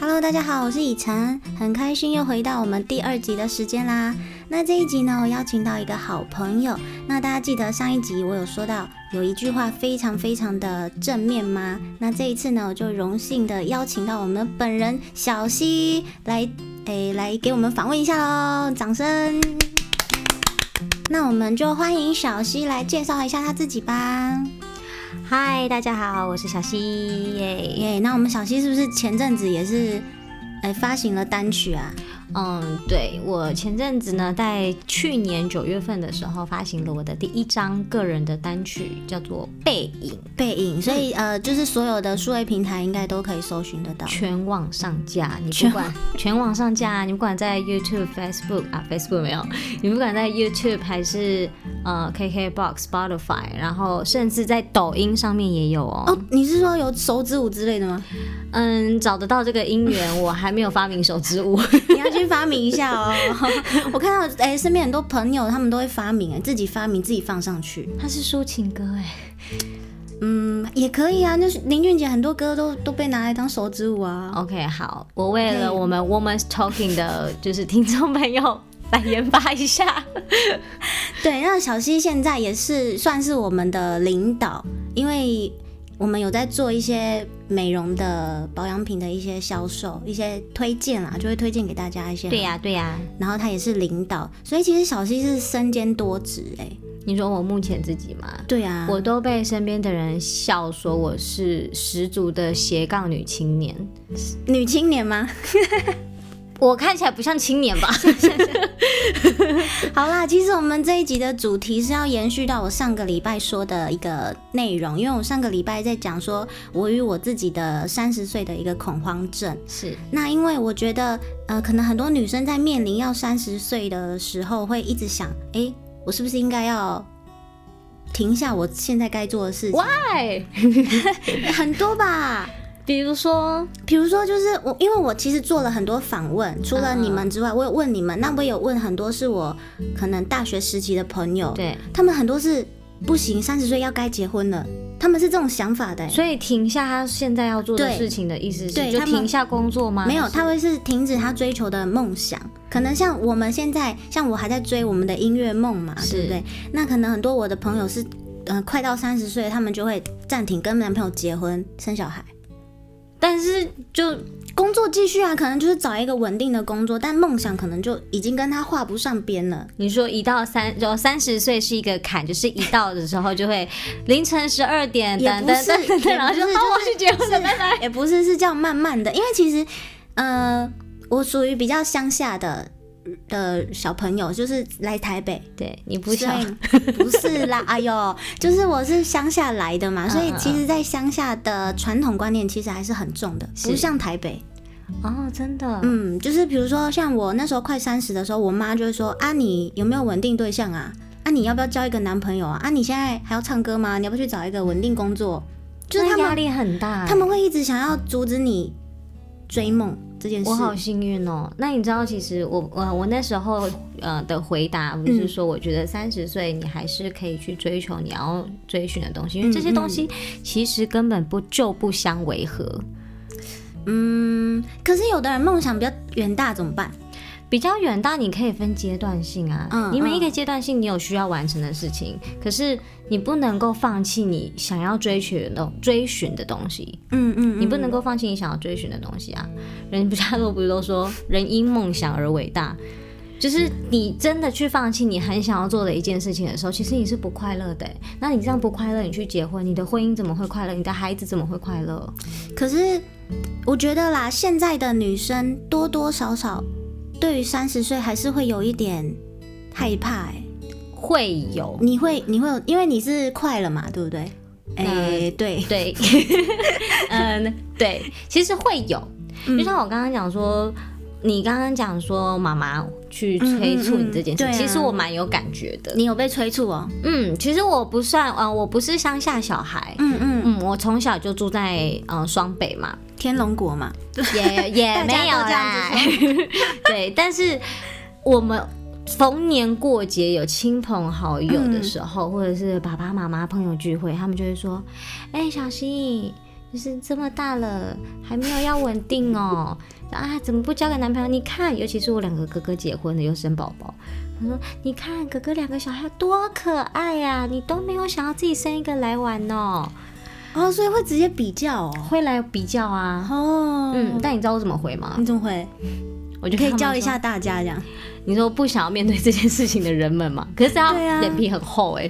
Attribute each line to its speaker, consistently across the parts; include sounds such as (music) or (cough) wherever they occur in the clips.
Speaker 1: Hello，大家好，我是以晨，很开心又回到我们第二集的时间啦。那这一集呢，我邀请到一个好朋友。那大家记得上一集我有说到有一句话非常非常的正面吗？那这一次呢，我就荣幸的邀请到我们本人小溪来，诶，来给我们访问一下喽，掌声。那我们就欢迎小溪来介绍一下她自己吧。
Speaker 2: 嗨，大家好，我是小溪耶。
Speaker 1: 耶、那我们小溪是不是前阵子也是，诶，发行了单曲啊？
Speaker 2: 嗯，对我前阵子呢，在去年九月份的时候发行了我的第一张个人的单曲，叫做《背影
Speaker 1: 背影，所以呃，就是所有的数位平台应该都可以搜寻得到》，。
Speaker 2: 全网上架。你不
Speaker 1: 嗯全
Speaker 2: 管全网上架，你不管在 YouTube、Facebook 啊，Facebook 没有，你不管在 YouTube 还是呃 KKBox、Spotify，然后甚至在抖音上面也有哦。
Speaker 1: 哦，你是说有手指舞之类的吗？
Speaker 2: 嗯，找得到这个音源，我还没有发明手指 (laughs) 舞。
Speaker 1: 你要去发明一下哦。 (laughs) 我看到哎、身边很多朋友他们都会发明，哎，自己发明自己放上去，
Speaker 2: 它是抒情歌哎，
Speaker 1: 嗯，也可以啊。就是林俊杰很多歌都都被拿来当手指舞啊。
Speaker 2: OK，好，我为
Speaker 1: 可以
Speaker 2: 了我们 Woman's Talking 的，就是听众朋友来研发
Speaker 1: (laughs)
Speaker 2: 一下。
Speaker 1: 对，那小溪现在也是算是我们的领导，因为我们有在做一些美容的保养品的一些销售、一些推荐啊啦，就会推荐给大家一些。
Speaker 2: 对、呀、对呀、
Speaker 1: 然后他也是领导，所以其实小溪是身兼多职哎、
Speaker 2: 你说我目前自己嘛，
Speaker 1: 对啊，
Speaker 2: 我都被身边的人笑说我是十足的斜杠女青年。
Speaker 1: 女青年 (laughs) 吗？
Speaker 2: 我看起来不像青
Speaker 1: (laughs)
Speaker 2: 年吧？
Speaker 1: 好啦，其实我们这一集的主题是要延续到我上个礼拜说的一个内容，因为我上个礼拜在讲说我与我自己的三十岁的一个恐慌症。
Speaker 2: 是，
Speaker 1: 那因为我觉得，呃，可能很多女生在面临要三十岁的时候，会一直想，诶，我是不是应该要停下我现在该做的事情？
Speaker 2: 哎，
Speaker 1: 很多吧。
Speaker 2: 比如说，
Speaker 1: 比如说，就是我，因为我其实做了很多访问，除了
Speaker 2: 嗯
Speaker 1: 你们之外，我有问你们，那我也有问很多是我可能大学时期的朋友，
Speaker 2: 对，
Speaker 1: 他们很多是不行，三十岁要该结婚了，他们是这种想法的、欸。
Speaker 2: 所以停下他现在要做的
Speaker 1: 对
Speaker 2: 事情的意思
Speaker 1: 对
Speaker 2: 是，就
Speaker 1: 他们
Speaker 2: 停下工作吗？
Speaker 1: 没有，他会是停止他追求的梦想。可能像我们现在，像我还在追我们的音乐梦嘛，
Speaker 2: 是
Speaker 1: 对不对？那可能很多我的朋友是，呃，快到三十岁，他们就会暂停跟男朋友结婚、生小孩，
Speaker 2: 但是就
Speaker 1: 工作继续啊，可能就是找一个稳定的工作，但梦想可能就已经跟他画不上边了。
Speaker 2: 你说一到三，就三十岁是一个坎，就是一到的时候就会凌晨十二点，
Speaker 1: 也
Speaker 2: 等
Speaker 1: 不
Speaker 2: 等
Speaker 1: 是
Speaker 2: 等
Speaker 1: 也
Speaker 2: 等，然后
Speaker 1: 不
Speaker 2: 就
Speaker 1: 就是
Speaker 2: 好，我去结婚了， (laughs) 拜拜。
Speaker 1: 也不是是这样慢慢的，因为其实，呃，我属于比较乡下的的小朋友，就是来台北，
Speaker 2: 对你不
Speaker 1: 所
Speaker 2: 想，
Speaker 1: 以 (laughs) 不是啦，哎呦，就是我是乡下来的嘛，所以
Speaker 2: 嗯嗯
Speaker 1: 其实，在乡下的传统观念其实还是很重的，
Speaker 2: 是
Speaker 1: 不像台北。
Speaker 2: 哦，真的，
Speaker 1: 嗯，就是比如说像我那时候快三十的时候，我妈就会说啊，你有没有稳定对象啊？啊，你要不要交一个男朋友啊？啊，你现在还要唱歌吗？你要不要去找一个稳定工作？就是他
Speaker 2: 那
Speaker 1: 们
Speaker 2: 压力很大。
Speaker 1: 他们会一直想要阻止你追梦这件事
Speaker 2: 我。好幸运哦。那你知道，其实我我我那时候呃的回答
Speaker 1: 嗯
Speaker 2: 不是说，我觉得三十岁你还是可以去追求你要追寻的东西，因为这些
Speaker 1: 嗯
Speaker 2: 东西其实根本不就不相违和。
Speaker 1: 嗯，可是有的人梦想比较远大，怎么办？
Speaker 2: 比较远大，你可以分阶段性啊。
Speaker 1: 嗯
Speaker 2: 你每一个阶段性，你有需要完成的事情，可是你不能够放弃你想要追寻的东追寻的东西，
Speaker 1: 嗯嗯，
Speaker 2: 你不能够放弃你想要追寻的东西啊。人不家都不是都说人因梦想而伟大，就是你真的去放弃你很想要做的一件事情的时候，其实你是不快乐的欸、那你这样不快乐，你去结婚，你的婚姻怎么会快乐？你的孩子怎么会快乐？
Speaker 1: 可是我觉得啦，现在的女生多多少少对于三十岁还是会有一点害怕、欸。
Speaker 2: 会有。
Speaker 1: 你会你会有，因为你是快了嘛，对不对？哎、对，
Speaker 2: 对， (laughs) 嗯，对，其实会有，
Speaker 1: 嗯
Speaker 2: 就像我刚刚讲说，你刚刚讲说妈妈去催促你这件事，
Speaker 1: 嗯嗯嗯对啊
Speaker 2: 其实我蛮有感觉的。
Speaker 1: 你有被催促哦。
Speaker 2: 嗯，其实我不算，呃，我不是乡下小孩。
Speaker 1: 嗯嗯，
Speaker 2: 嗯，我从小就住在嗯双北嘛，
Speaker 1: 天龙国嘛，
Speaker 2: 也
Speaker 1: (laughs)
Speaker 2: 也
Speaker 1: 大
Speaker 2: 没
Speaker 1: 家
Speaker 2: 有
Speaker 1: 都这样
Speaker 2: 啦
Speaker 1: 子。
Speaker 2: (laughs) 对，但是我们逢年过节有亲朋好友的时候，或者是爸爸妈妈朋友聚会，他们就会说：“哎、小溪，就是这么大了还没有要稳定哦， (laughs) 啊，怎么不交个男朋友？你看，尤其是我两个哥哥结婚了又生宝宝，他说你看哥哥两个小孩多可爱呀、你都没有想要自己生一个来玩哦，
Speaker 1: 哦，所以会直接比较哦。
Speaker 2: 会来比较啊。
Speaker 1: 哦，
Speaker 2: 嗯，但你知道我怎么回吗？
Speaker 1: 你怎么回？
Speaker 2: 我就
Speaker 1: 可
Speaker 2: 跟
Speaker 1: 以
Speaker 2: 他们
Speaker 1: 教一
Speaker 2: 说
Speaker 1: 下大家这样。
Speaker 2: 你说不想要面对这件事情的人们嘛？可是他
Speaker 1: 对啊
Speaker 2: 脸皮很厚哎、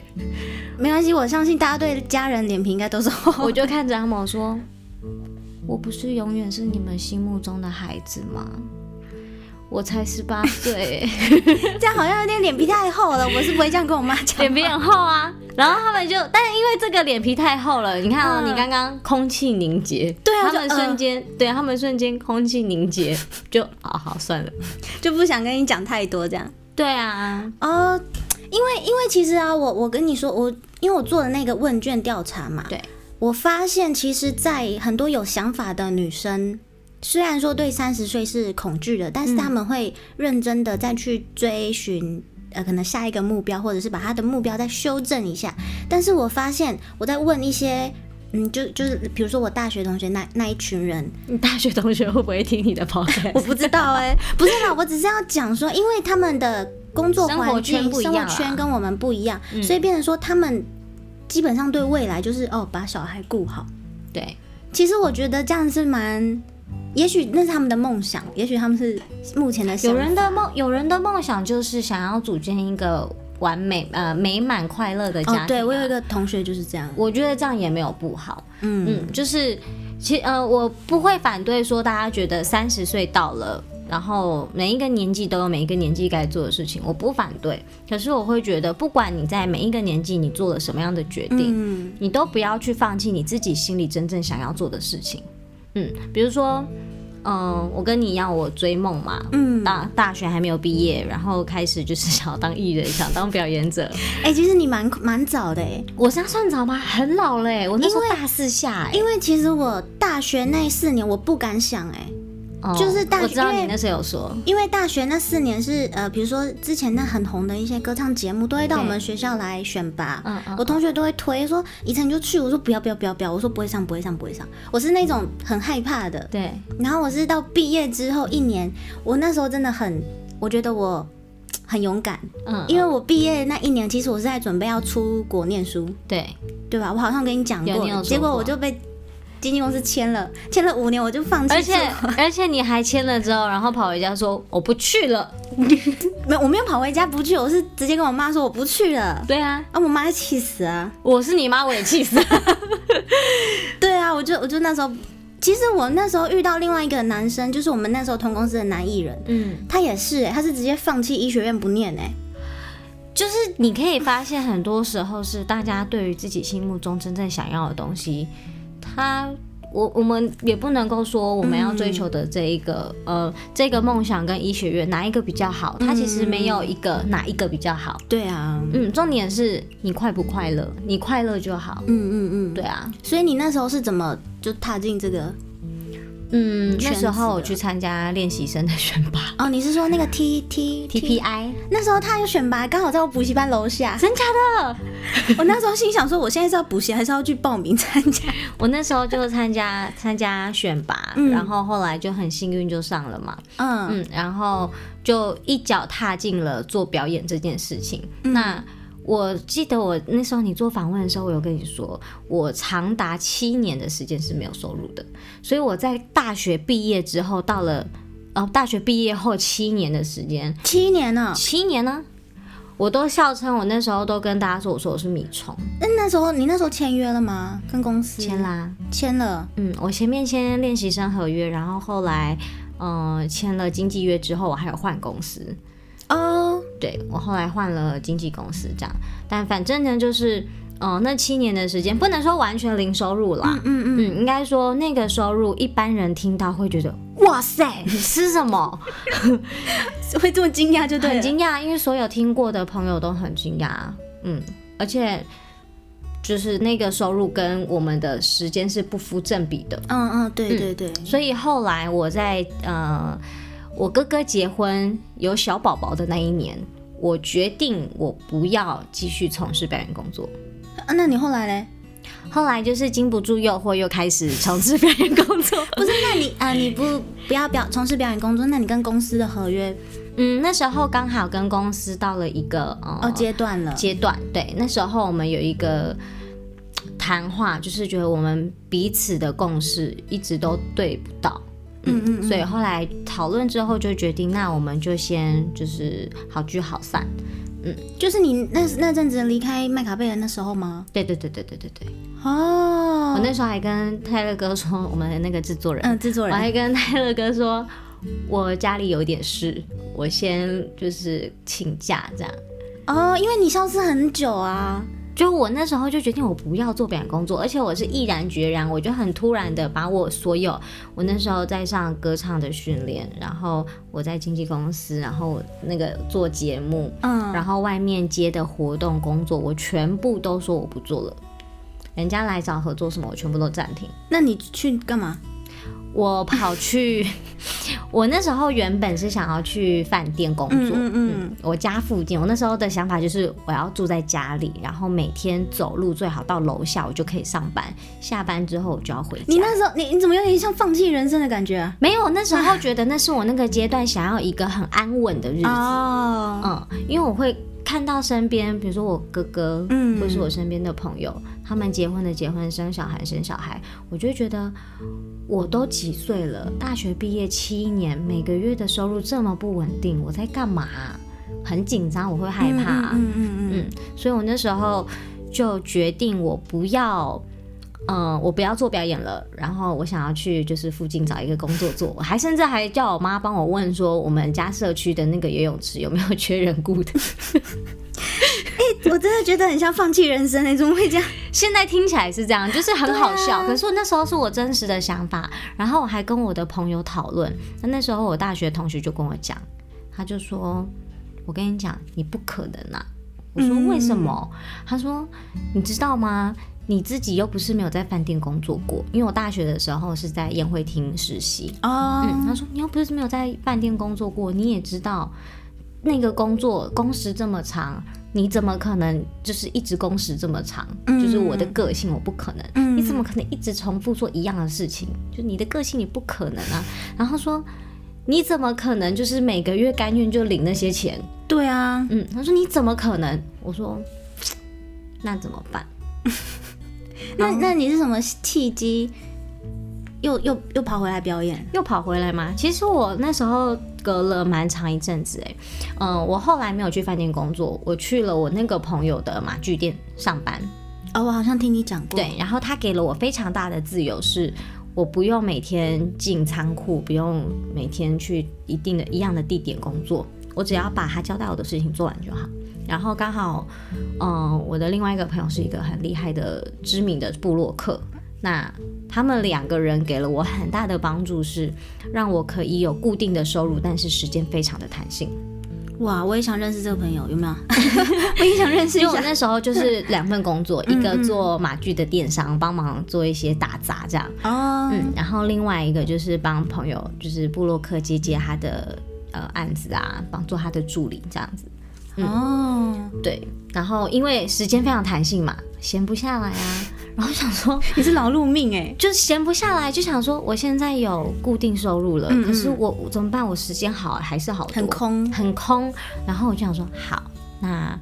Speaker 1: 没关系，我相信大家对家人脸皮应该都是厚。
Speaker 2: (laughs) (laughs) 我就看着他们我说：“我不是永远是你们心目中的孩子吗？我才十八 (laughs) 岁欸，
Speaker 1: 这样好像有点脸皮太厚了，我是不会这样跟我妈讲。
Speaker 2: 脸皮很厚啊。”然后他们就，但是因为这个脸皮太厚了，你看哦，
Speaker 1: 嗯
Speaker 2: 你刚刚空气凝结，
Speaker 1: 对啊
Speaker 2: 他
Speaker 1: 就
Speaker 2: 们
Speaker 1: 呃
Speaker 2: 瞬间，对他们瞬间空气凝结，就啊好算了，
Speaker 1: 就不想跟你讲太多这样。
Speaker 2: 对啊，
Speaker 1: 哦，因为因为其实啊，我我跟你说，我因为我做的那个问卷调查嘛，
Speaker 2: 对，
Speaker 1: 我发现其实，在很多有想法的女生。虽然说对三十岁是恐惧的，但是她们会认真的再去追寻，呃，可能下一个目标，或者是把她的目标再修正一下。但是我发现我在问一些，嗯，就就是比如说我大学同学那那一群人，
Speaker 2: 你 (laughs) 大学同学会不会听你的 (laughs) podcast？
Speaker 1: 我不知道哎、不是啦，我只是要讲说，因为他们的工作
Speaker 2: 生活
Speaker 1: 环境、
Speaker 2: 圈不一样啊
Speaker 1: 生
Speaker 2: 嗯啦
Speaker 1: 活圈跟我们不一样，所以变成说他们基本上对未来就是哦，把小孩顾好。
Speaker 2: 对，
Speaker 1: 其实我觉得这样是蛮，也许那是他们的梦想，也许他们是目前的想
Speaker 2: 有
Speaker 1: 法哦
Speaker 2: 人的梦，有人的梦想就是想要组建一个完美呃美满快乐的家庭啊、
Speaker 1: 哦，对我有一个同学就是这样，
Speaker 2: 我觉得这样也没有不好。
Speaker 1: 嗯
Speaker 2: 嗯，就是其呃，我不会反对说大家觉得三十岁到了，然后每一个年纪都有每一个年纪该做的事情，我不反对。可是我会觉得，不管你在每一个年纪你做了什么样的决定，
Speaker 1: 嗯
Speaker 2: 你都不要去放弃你自己心里真正想要做的事情。嗯，比如说，嗯、我跟你一样，我追梦嘛。
Speaker 1: 嗯，
Speaker 2: 大大学还没有毕业，然后开始就是想要当艺人， (laughs) 想当表演者。
Speaker 1: 哎、其实你蛮蛮早的哎、
Speaker 2: 我这样算早吗？很老嘞、我那时候大四下哎、
Speaker 1: 因为其实我大学那四年我不敢想哎、
Speaker 2: 哦
Speaker 1: 就是大学
Speaker 2: 我知道
Speaker 1: 因为
Speaker 2: 你那时候有说，
Speaker 1: 因为大学那四年是呃，比如说之前那很红的一些歌唱节目，都会到我
Speaker 2: 对
Speaker 1: 们学校来选拔。
Speaker 2: 嗯嗯
Speaker 1: 我同学都会推说，以晨你就去。我说不要不要不要不要，我说不会上不会上不会上。我是那种很害怕的。
Speaker 2: 对，
Speaker 1: 然后我是到毕业之后一年，我那时候真的很，我觉得我很勇敢，
Speaker 2: 嗯，
Speaker 1: 因为我毕业那一年，其实我是在准备要出国念书，
Speaker 2: 对，
Speaker 1: 对吧？我好像跟你讲
Speaker 2: 有你有
Speaker 1: 过，
Speaker 2: 说
Speaker 1: 结果
Speaker 2: 过
Speaker 1: 我就被经纪公司签了，签了五年我就放弃
Speaker 2: 而
Speaker 1: 出
Speaker 2: 且而且你还签了之后，然后跑回家说我不去了。
Speaker 1: 没有，我没有跑回家不去，我是直接跟我妈说我不去了。
Speaker 2: 对啊，
Speaker 1: 啊，我妈气死啊！
Speaker 2: 我是你妈，我也气死。
Speaker 1: 对啊，我就我就那时候，其实我那时候遇到另外一个男生，就是我们那时候同公司的男艺人，
Speaker 2: (laughs) 嗯，
Speaker 1: 他也是、欸，他是直接放弃医学院不念哎、
Speaker 2: 就是你可以发现，很多时候是大家对于自己心目中真正想要的东西，他。我我们也不能够说我们要追求的这一个、呃这个梦想跟医学院哪一个比较好，它其实没有一个哪一个比较好，
Speaker 1: 对啊，
Speaker 2: 嗯，重点是你快不快乐，你快乐就好，
Speaker 1: 嗯嗯嗯，
Speaker 2: 对啊，
Speaker 1: 所以你那时候是怎么就踏进这个？
Speaker 2: 嗯，
Speaker 1: 圈
Speaker 2: 那
Speaker 1: 子
Speaker 2: 时候我
Speaker 1: 的
Speaker 2: 去参加练习生的选
Speaker 1: (laughs)
Speaker 2: 拔
Speaker 1: 哦，你是说那个 T (laughs) T
Speaker 2: ，TPI，
Speaker 1: 那时候他有选拔，刚好在我补习班楼下。
Speaker 2: 真假的？
Speaker 1: (laughs) 我那时候心想说，我现在是要补习还是要去报名参加？
Speaker 2: 我那时候就参加参加选拔，
Speaker 1: 嗯
Speaker 2: 然后后来就很幸运就上了嘛，
Speaker 1: 嗯，
Speaker 2: 嗯，然后就一脚踏进了做表演这件事情。那我记得我那时候你做访问的时候，我有跟你说，我长达七年的时间是没有收入的，所以我在大学毕业之后，到了呃大学毕业后七年的时间，
Speaker 1: 七年呢、
Speaker 2: 七年呢、我都笑称我那时候都跟大家说，我说我是米虫，
Speaker 1: 那那时候你那时候签约了吗？跟公司
Speaker 2: 签啦，
Speaker 1: 签了。
Speaker 2: 嗯，我前面签练习生合约，然后后来，呃，签了经纪约之后，我还有换公司，
Speaker 1: 哦，
Speaker 2: 对我后来换了经纪公司这样，但反正呢就是，呃，那七年的时间不能说完全零收入啦，
Speaker 1: 嗯嗯，
Speaker 2: 嗯，应该说那个收入一般人听到会觉得， (laughs) 哇塞，你吃什么？
Speaker 1: (laughs) 会这么惊讶就对了，
Speaker 2: 很惊讶，因为所有听过的朋友都很惊讶，嗯，而且就是那个收入跟我们的时间是不符正比的，
Speaker 1: 嗯嗯，对对对，
Speaker 2: 所以后来我在呃我哥哥结婚有小宝宝的那一年，我决定我不要继续从事表演工作，
Speaker 1: 啊那你后来嘞？
Speaker 2: 后来就是经不住诱惑，又开始从事表演工作。
Speaker 1: (laughs) 不是，那你啊，你不不要表从事表演工作，那你跟公司的合约
Speaker 2: 嗯，那时候刚好跟公司到了一个
Speaker 1: 哦
Speaker 2: 呃
Speaker 1: 阶段了，
Speaker 2: 阶段，对，那时候我们有一个嗯谈话，就是觉得我们彼此的共识一直都对不到，
Speaker 1: 嗯嗯，
Speaker 2: 所以后来讨论之后就决定，那我们就先就是好聚好散。
Speaker 1: 就是你那那阵子离开麦卡贝尔那时候吗？
Speaker 2: 对对对对对对对，
Speaker 1: 哦
Speaker 2: 我，那时候还跟泰勒哥说，我们的那个制作人，
Speaker 1: 嗯，制作
Speaker 2: 我
Speaker 1: 人，
Speaker 2: 还跟泰勒哥说，我家里有一点事，我先就是请假这样。
Speaker 1: 哦，因为你消失很久啊，
Speaker 2: 就我那时候就决定我不要做表演工作，而且我是毅然决然，我就很突然的把我所有我那时候在上歌唱的训练，然后我在经纪公司，然后我那个做节目，
Speaker 1: 嗯，
Speaker 2: 然后外面接的活动工作，我全部都说我不做了。人家来找合作什么，我全部都暂停。
Speaker 1: 那你去干嘛？
Speaker 2: 我跑去， (laughs) 我那时候原本是想要去饭店工作，
Speaker 1: 嗯嗯嗯
Speaker 2: 我家附近。我那时候的想法就是我要住在家里，然后每天走路最好到楼下，我就可以上班。下班之后我就要回
Speaker 1: 你
Speaker 2: 家。
Speaker 1: 那时候你你怎么有点像放弃人生的感觉啊？
Speaker 2: 没有，那时候觉得那是我那个阶段想要一个很安稳的日子，
Speaker 1: 哦，
Speaker 2: 嗯，因为我会看到身边，比如说我哥哥，
Speaker 1: 嗯
Speaker 2: 或是我身边的朋友，他们结婚的结婚，生小孩生小孩，我就会觉得我都几岁了，大学毕业七年，每个月的收入这么不稳定，我在干嘛啊、很紧张，我会害怕啊、
Speaker 1: 嗯嗯嗯
Speaker 2: 嗯所以我那时候就决定我不要。嗯，我不要做表演了，然后我想要去就是附近找一个工作做，我还甚至还叫我妈帮我问说我们家社区的那个游泳池有没有缺人雇的。
Speaker 1: (laughs) 嗯，我真的觉得很像放弃人生哎、怎么会这样？
Speaker 2: 现在听起来是这样，就是很好笑。可是我那时候是我真实的想法，然后我还跟我的朋友讨论。那那时候我大学同学就跟我讲，他就说：“我跟你讲，你不可能啊！”我说：“为什么？”他说：“你知道吗？你自己又不是没有在饭店工作过，因为我大学的时候是在宴会厅实习。
Speaker 1: (laughs) 哦，
Speaker 2: 嗯，他说你又不是没有在饭店工作过，你也知道那个工作工时这么长，你怎么可能就是一直工时这么长？就是我的个性，我不可能。
Speaker 1: 嗯
Speaker 2: 你怎么可能一直重复做一样的事情？就你的个性，你不可能啊。然后说。你怎么可能就是每个月甘愿就领那些钱？
Speaker 1: 对啊，
Speaker 2: 嗯，他说你怎么可能？我说那怎么办？
Speaker 1: 那那你是什么契机，又又又跑回来表演？
Speaker 2: 又跑回来吗？其实我那时候隔了蛮长一阵子、欸，嗯，我后来没有去饭店工作，我去了我那个朋友的马具店上班，
Speaker 1: 哦，我好像听你讲过，
Speaker 2: 对，然后他给了我非常大的自由，是我不用每天进仓库，不用每天去一定的一样的地点工作，我只要把他交代我的事情做完就好。然后刚好，嗯，我的另外一个朋友是一个很厉害的知名的布洛克，那他们两个人给了我很大的帮助，是让我可以有固定的收入，但是时间非常的弹性。
Speaker 1: 哇，我也想认识这个朋友，有没有？ (laughs) 我也想认识一
Speaker 2: 因为我
Speaker 1: 下。嗯
Speaker 2: 那时候就是两份工
Speaker 1: (laughs)
Speaker 2: 作，一个做马具的电商，帮忙做一些打杂这样，
Speaker 1: 哦，
Speaker 2: 嗯，然后另外一个就是帮朋友，就是布洛克接接他的呃案子啊，帮做他的助理这样子。
Speaker 1: 哦，
Speaker 2: 对，然后因为时间非常弹性嘛，闲不下来啊， (laughs) 然后想说
Speaker 1: 你是劳碌命哎、
Speaker 2: 就是闲不下来，啊就想说我现在有固定收入了，可是我我怎么办？我时间好还是好多啊
Speaker 1: 很空
Speaker 2: 很空。然后我就想说，好，那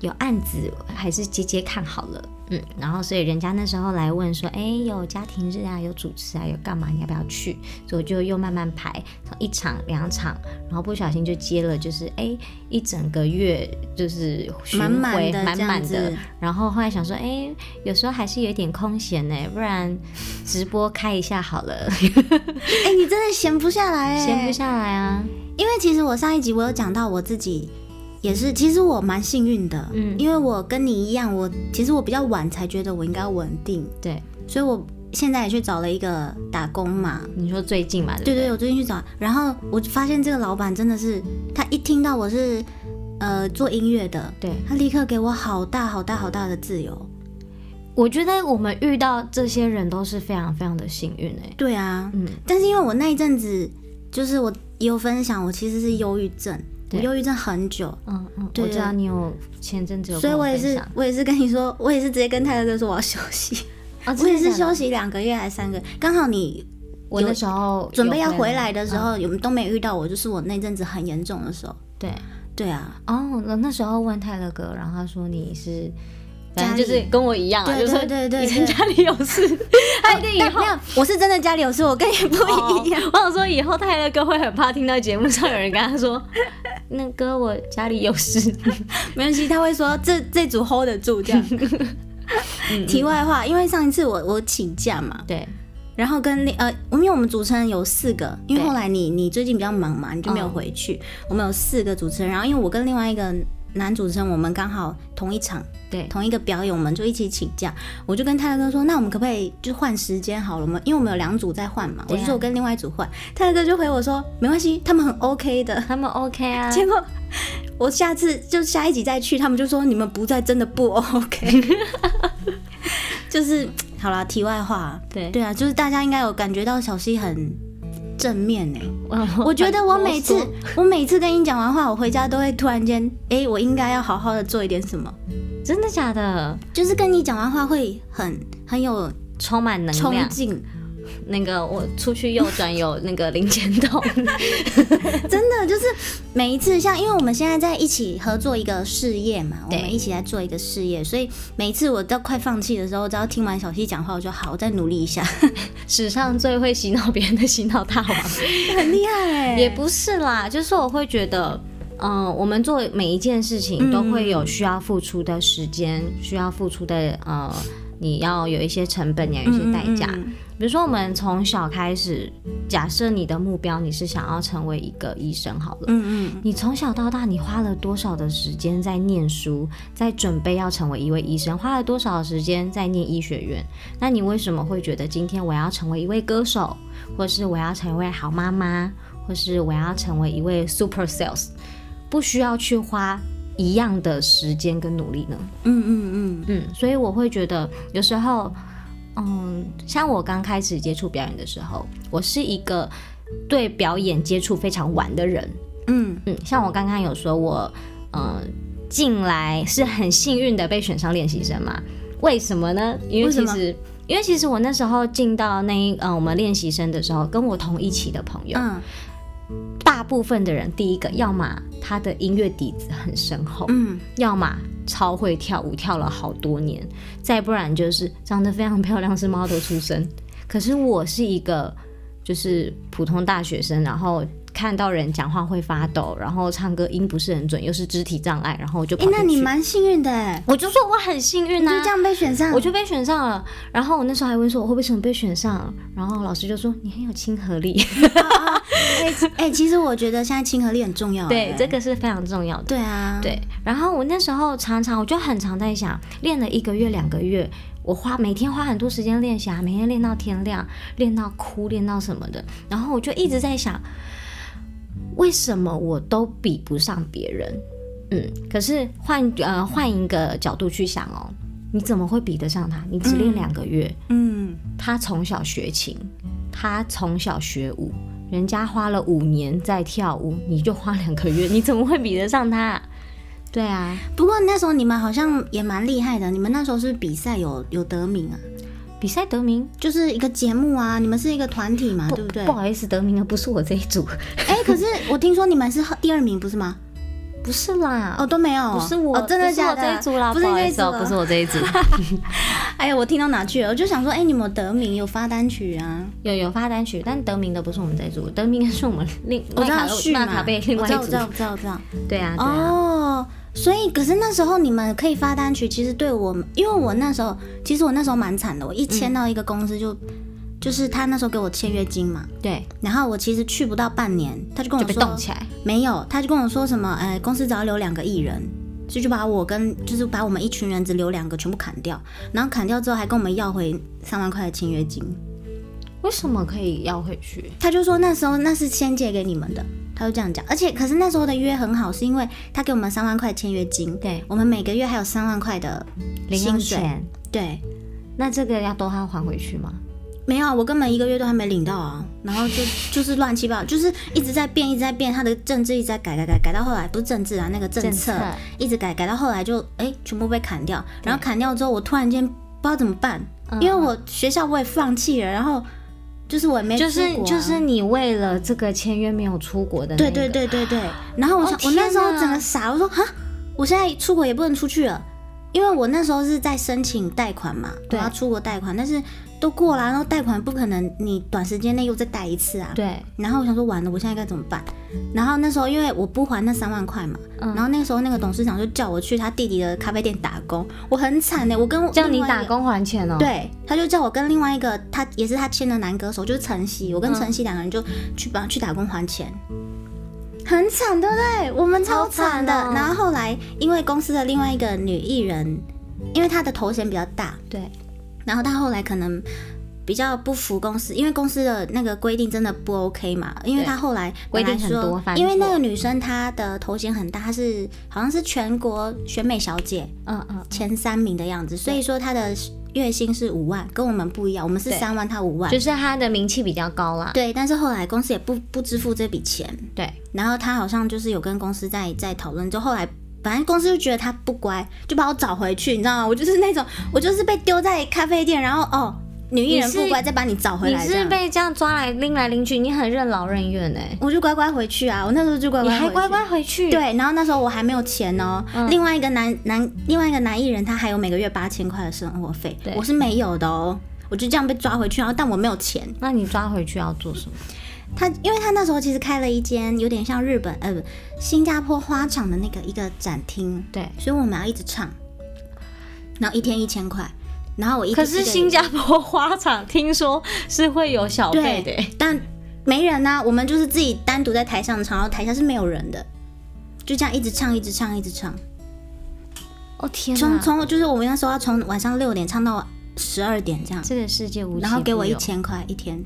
Speaker 2: 有案子还是接接看好了，嗯。然后所以人家那时候来问说，哎，有家庭日啊，有主持啊，有干嘛？你要不要去？所以我就又慢慢排，从一场两场，然后不小心就接了，就是哎一整个月就是巡
Speaker 1: 满满
Speaker 2: 回
Speaker 1: 的
Speaker 2: 满
Speaker 1: 这样
Speaker 2: 满的
Speaker 1: 子，
Speaker 2: 然后后来想说，哎、有时候还是有一点空闲呢，不然直播开一下好 (laughs) 了，
Speaker 1: 哎、你真的闲不下来哎、
Speaker 2: 闲不下来啊。
Speaker 1: 因为其实我上一集我有讲到我自己也是，其实我蛮幸运的，
Speaker 2: 嗯
Speaker 1: 因为我跟你一样，我其实我比较晚才觉得我应该稳定，
Speaker 2: 对，
Speaker 1: 所以我现在也去找了一个打工嘛。
Speaker 2: 你说最近嘛，对不
Speaker 1: 对
Speaker 2: 对？
Speaker 1: 对，我最近去找，然后我发现这个老板真的是，他一听到我是呃做音乐的，
Speaker 2: 对
Speaker 1: 他立刻给我好大好大好大的自由。
Speaker 2: 我觉得我们遇到这些人都是非常非常的幸运哎、
Speaker 1: 对啊，
Speaker 2: 嗯，
Speaker 1: 但是因为我那一阵子，就是我也有分享，我其实是忧郁症，我忧郁症很久，
Speaker 2: 嗯嗯，
Speaker 1: 对
Speaker 2: 我知道你有前阵子有
Speaker 1: 所
Speaker 2: 跟
Speaker 1: 以
Speaker 2: 我
Speaker 1: 我也
Speaker 2: 分享，
Speaker 1: 是我也是跟你说，我也是直接跟泰勒哥说我要休息，
Speaker 2: 啊，
Speaker 1: 我也是
Speaker 2: 说
Speaker 1: 休息两个月还是三个，刚好你
Speaker 2: 我那时候
Speaker 1: 准备要
Speaker 2: 有嗯
Speaker 1: 回来嗯的时候，我们都没遇到我，就是我那阵子很严重的时候。
Speaker 2: 对，
Speaker 1: 对啊，
Speaker 2: 哦，那那时候问泰勒哥，然后他说你是，反
Speaker 1: 家
Speaker 2: 正
Speaker 1: 里
Speaker 2: 就是跟我一样啊，
Speaker 1: 对
Speaker 2: 就是说
Speaker 1: 对对对
Speaker 2: 以前
Speaker 1: 对
Speaker 2: 家里有事，他一定以
Speaker 1: 但
Speaker 2: 后
Speaker 1: 没有，我是真的家里有事，我跟你不
Speaker 2: 哦
Speaker 1: 一样。
Speaker 2: 我想说 (laughs) 以后泰勒哥会很怕听到节目上有人跟他说，那哥我家里有事，
Speaker 1: 没关系，他会说这这组 hold 得住
Speaker 2: (laughs)
Speaker 1: 这样。题外话，因为上一次我我请假嘛，
Speaker 2: (laughs) 对，
Speaker 1: 然后跟另呃，因为我们主持人有四个，因为
Speaker 2: 对
Speaker 1: 后来你你最近比较忙嘛，你就没有
Speaker 2: 嗯
Speaker 1: 回去。我们有四个主持人，然后因为我跟另外一个男主持人，我们刚好同一场
Speaker 2: 对
Speaker 1: 同一个表演，我们就一起请假。我就跟泰勒哥说，那我们可不可以就换时间好了？我们因为我们有两组在换嘛，我
Speaker 2: 对啊
Speaker 1: 就说我跟另外一组换，泰勒哥就回我说没关系，他们很 OK 的。
Speaker 2: 他们 OK 啊，
Speaker 1: 结果我下次就下一集再去，他们就说你们不在真的不 OK，就是好啦，题外话，
Speaker 2: 对
Speaker 1: 对啊，就是大家应该有感觉到小西很正面
Speaker 2: (laughs)
Speaker 1: 呢、
Speaker 2: 我
Speaker 1: 我觉得我
Speaker 2: 很啰
Speaker 1: 每次
Speaker 2: 嗦
Speaker 1: 我每次跟你讲完话，我回家都会突然间，哎、我应该要好好的做一点什么，
Speaker 2: 真的假的
Speaker 1: 就是跟你讲完话会很很有
Speaker 2: 充满能
Speaker 1: 冲
Speaker 2: 量，
Speaker 1: 劲，
Speaker 2: 那个我出去右转有那个零钱
Speaker 1: (laughs)
Speaker 2: 筒，
Speaker 1: 真的就是每一次像，因为我们现在在一起合作一个事业嘛，我
Speaker 2: 对
Speaker 1: 们一起来做一个事业，所以每次我到快放弃的时候，只要听完小西讲话，我就好，我再努力一
Speaker 2: (laughs)
Speaker 1: 下，
Speaker 2: 史上最会洗脑别人的洗脑大
Speaker 1: (laughs)
Speaker 2: 王。
Speaker 1: 很厉害哎、
Speaker 2: 也不是啦，就是我会觉得，嗯、我们做每一件事情都会有需要付出的时间，
Speaker 1: 嗯
Speaker 2: 需要付出的呃，你要有一些成本，你要有一些代价。
Speaker 1: 嗯嗯嗯
Speaker 2: 比如说，我们从小开始，假设你的目标你是想要成为一个医生好了。
Speaker 1: 嗯嗯，
Speaker 2: 你从小到大，你花了多少的时间在念书，在准备要成为一位医生？花了多少时间在念医学院？那你为什么会觉得今天我要成为一位歌手，或是我要成为好妈妈，或是我要成为一位 super sales？不需要去花一样的时间跟努力呢？
Speaker 1: 嗯嗯嗯，
Speaker 2: 嗯，所以我会觉得有时候，嗯，像我刚开始接触表演的时候，我是一个对表演接触非常晚的人。
Speaker 1: 嗯
Speaker 2: 嗯，像我刚刚有说我，呃，进来是很幸运的被选上练习生嘛？为什么呢？因
Speaker 1: 为
Speaker 2: 为
Speaker 1: 什
Speaker 2: 其
Speaker 1: 么
Speaker 2: 实，因为其实我那时候进到那一呃我们练习生的时候，跟我同一期的朋友，
Speaker 1: 嗯
Speaker 2: 大部分的人第一个，要么他的音乐底子很深厚，
Speaker 1: 嗯，
Speaker 2: 要么超会跳舞，跳了好多年，再不然就是长得非常漂亮，是 model 出身。 (laughs) 可是我是一个就是普通大学生，然后看到人讲话会发抖，然后唱歌音不是很准，又是肢体障碍，然后我就跑
Speaker 1: 哎、
Speaker 2: 出去。
Speaker 1: 那你蛮幸运的哎、
Speaker 2: 我就说我很幸运
Speaker 1: 你就
Speaker 2: 啊，
Speaker 1: 这样被选上，
Speaker 2: 我就被选上了。然后我那时候还问说我会不会什么被选上，然后老师就说你很有亲和力。 (laughs)
Speaker 1: 哎、哎其实我觉得现在亲和力很重要、
Speaker 2: 对
Speaker 1: 哎，
Speaker 2: 这个是非常重要的。
Speaker 1: 对啊，
Speaker 2: 对，然后我那时候常常我就很常在想，练了一个月、两个月，我花每天花很多时间练习啊，每天练到天亮，练到哭，练到什么的。然后我就一直在想，为什么我都比不上别人？嗯，可是换呃换一个角度去想哦，你怎么会比得上他？你只练两个月，
Speaker 1: 嗯，
Speaker 2: 他从小学琴，他从小学舞，人家花了五年在跳舞，你就花两个月，你怎么会比得上他、对啊，
Speaker 1: 不过那时候你们好像也蛮厉害的，你们那时候是比赛有有得名啊，
Speaker 2: 比赛得名，
Speaker 1: 就是一个节目啊，你们是一个团体嘛，对不对
Speaker 2: 不？好意思，得名的不是我这一组，
Speaker 1: 哎、可是我听说你们是第二名，不是吗？
Speaker 2: 不是啦，
Speaker 1: 哦，都没有，
Speaker 2: 不是我，
Speaker 1: 哦、真的
Speaker 2: 不是
Speaker 1: 假
Speaker 2: 我
Speaker 1: 的？
Speaker 2: 这一组啦，
Speaker 1: 不是
Speaker 2: 不
Speaker 1: 你
Speaker 2: 好
Speaker 1: 这
Speaker 2: 意
Speaker 1: 一
Speaker 2: 思
Speaker 1: 组
Speaker 2: 哦，
Speaker 1: 啊
Speaker 2: 不是。我这一组， (laughs)
Speaker 1: 哎呀，我听到哪去了？我就想说，哎、你们有得名，有发单曲啊？
Speaker 2: 有有发单曲，但得名的不是我们这一组，得名的是我们另
Speaker 1: 我
Speaker 2: 麦
Speaker 1: 知
Speaker 2: 卡
Speaker 1: 道
Speaker 2: 洛
Speaker 1: 旭嘛，
Speaker 2: 纳卡贝另
Speaker 1: 我
Speaker 2: 外
Speaker 1: 知
Speaker 2: 一
Speaker 1: 道，我
Speaker 2: 组
Speaker 1: 知，道，我知道，我知道。
Speaker 2: 对啊，对啊，
Speaker 1: 哦，所以可是那时候你们可以发单曲，其实对我，因为我那时候其实我那时候蛮惨
Speaker 2: 嗯
Speaker 1: 的，我一签到一个公司就、就是他那时候给我签约金嘛，
Speaker 2: 对，
Speaker 1: 然后我其实去不到半年，他就跟
Speaker 2: 就
Speaker 1: 我
Speaker 2: 被
Speaker 1: 说
Speaker 2: 动起来，
Speaker 1: 没有，他就跟我说什么，哎，公司只要留两个艺人，所以就把我跟就是把我们一群人只留两个全部砍掉，然后砍掉之后还跟我们要回三万块的签约金。
Speaker 2: 为什么可以要回去？
Speaker 1: 他就说那时候那是先借给你们的，他就这样讲。而且可是那时候的约很好，是因为他给我们三万块签约金，
Speaker 2: 对，
Speaker 1: 我们每个月还有三万块的
Speaker 2: 零用
Speaker 1: 薪水
Speaker 2: 钱。
Speaker 1: 对。
Speaker 2: 那这个要都要还回去吗？
Speaker 1: 没有啊，我根本一个月都还没领到啊，然后就就是乱七八糟，就是一直在变，一直在变，他的政治一直在改改改，改到后来不是政治啊，那个政策
Speaker 2: 政策
Speaker 1: 一直改改到后来就哎全部被砍掉，然后砍掉之后我突然间不哎知道怎么办，
Speaker 2: 嗯
Speaker 1: 因为我学校我也放弃了，然后就是我也没
Speaker 2: 就
Speaker 1: 出
Speaker 2: 是
Speaker 1: 国啊
Speaker 2: 就是你为了这个签约没有出国的那
Speaker 1: 对
Speaker 2: 个
Speaker 1: 对对对对，然后我想、
Speaker 2: 哦
Speaker 1: 我那时候
Speaker 2: 天哪
Speaker 1: 整个傻，我说哈，我现在出国也不能出去了，因为我那时候是在申请贷款嘛，我
Speaker 2: 对
Speaker 1: 要出国贷款，但是都过了，然后贷款不可能你短时间内又再贷一次啊。
Speaker 2: 对，
Speaker 1: 然后我想说完了，我现在该怎么办？然后那时候因为我不还那三万块嘛，
Speaker 2: 嗯
Speaker 1: 然后那个时候那个董事长就叫我去他弟弟的咖啡店打工，我很惨的、我跟我
Speaker 2: 叫你
Speaker 1: 另外一个
Speaker 2: 打工还钱哦。，
Speaker 1: 对，他就叫我跟另外一个他也是他签的男歌手，就是晨
Speaker 2: 嗯
Speaker 1: 曦，我跟晨曦两个人就去帮去打工还钱，很惨，对不对？我们超
Speaker 2: 好惨
Speaker 1: 惨的。
Speaker 2: 哦
Speaker 1: 然后后来因为公司的另外一个女艺人，因为她的头衔比较大，
Speaker 2: 对，
Speaker 1: 然后她后来可能。比较不服公司，因为公司的那个规定真的不 OK 嘛。因为
Speaker 2: 对
Speaker 1: 她后来
Speaker 2: 规定
Speaker 1: 本来
Speaker 2: 很多
Speaker 1: 说
Speaker 2: 犯
Speaker 1: 因为那
Speaker 2: 错
Speaker 1: 个女生她的头衔很大，她是好像是全国选美小姐，
Speaker 2: 嗯嗯，
Speaker 1: 前三名的样子，所以说他的月薪是五万，跟我们不一样，我们是
Speaker 2: 对
Speaker 1: 三万，他五万。
Speaker 2: 就是他的名气比较高啦。
Speaker 1: 对，但是后来公司也不不支付这笔钱，
Speaker 2: 对，
Speaker 1: 然后他好像就是有跟公司在在讨论，就后来反正公司就觉得他不乖，就把我找回去，你知道吗？我就是那种我就是被丢在咖啡店，然后哦，女艺人
Speaker 2: 你是
Speaker 1: 不乖，再把你找回
Speaker 2: 你
Speaker 1: 来这
Speaker 2: 是
Speaker 1: 样，
Speaker 2: 被这样抓来拎来拎去，你很任劳任怨哎、
Speaker 1: 我就乖乖回去啊，我那时候就乖
Speaker 2: 你
Speaker 1: 乖回去，
Speaker 2: 还乖乖回去。
Speaker 1: 对，然后那时候我还没有钱哦。
Speaker 2: 嗯
Speaker 1: 另外一个男男，另外一个男艺人，他还有每个月八千块的生活费
Speaker 2: 对，
Speaker 1: 我是没有的哦。我就这样被抓回去，然后但我没有钱。
Speaker 2: 那你抓回去要做什么？
Speaker 1: 他因为他那时候其实开了一间有点像日本呃不新加坡花场的那个一个展厅，
Speaker 2: 对，
Speaker 1: 所以我们要一直唱，然后一天一千块，然后我一
Speaker 2: 可是
Speaker 1: 一个
Speaker 2: 新加坡花场听说是会有小费的、欸，
Speaker 1: 但没人呐、我们就是自己单独在台上唱，然后台下是没有人的，就这样一直唱一直唱一直唱。
Speaker 2: 哦天
Speaker 1: 从
Speaker 2: 哪！
Speaker 1: 从就是我们那时候要从晚上六点唱到十二点这样，
Speaker 2: 这个世界无奇
Speaker 1: 然后给我
Speaker 2: 不
Speaker 1: 一
Speaker 2: 有，
Speaker 1: 千块一天，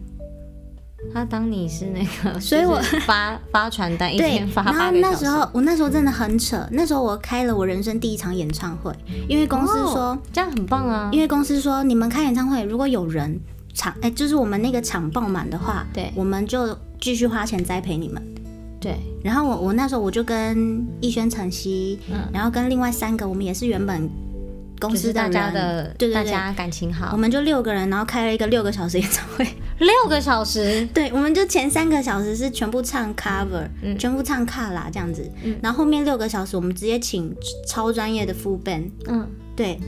Speaker 2: 他当你是那个，
Speaker 1: 所以我
Speaker 2: 就是发发传单一
Speaker 1: 对
Speaker 2: 天。发
Speaker 1: 然后
Speaker 2: 八个
Speaker 1: 那
Speaker 2: 小
Speaker 1: 时
Speaker 2: 时，
Speaker 1: 候我那时候真的很扯，那时候我开了我人生第一场演唱会，因为公司说，
Speaker 2: 哦这样很棒啊
Speaker 1: 因，为公司说你们开演唱会如果有人场，哎，就是我们那个场爆满的话，
Speaker 2: 对
Speaker 1: 我们就继续花钱栽培你们。
Speaker 2: 对，
Speaker 1: 然后我我那时候我就跟逸轩、晨曦，
Speaker 2: 嗯
Speaker 1: 然后跟另外三个我们也是原本公
Speaker 2: 就
Speaker 1: 司
Speaker 2: 是
Speaker 1: 的
Speaker 2: 大
Speaker 1: 人，
Speaker 2: 家的
Speaker 1: 对对
Speaker 2: 大
Speaker 1: 对，
Speaker 2: 家感情
Speaker 1: 我
Speaker 2: 好，
Speaker 1: 们就六个人，然后开了一个六个小时演唱会。
Speaker 2: 六个小时，
Speaker 1: 对，我们就前三个小时是全部唱 cover，、
Speaker 2: 嗯
Speaker 1: 全部唱卡拉这样子，
Speaker 2: 嗯
Speaker 1: 然后后面六个小时我们直接请超专业的 full band。
Speaker 2: 嗯，
Speaker 1: 对，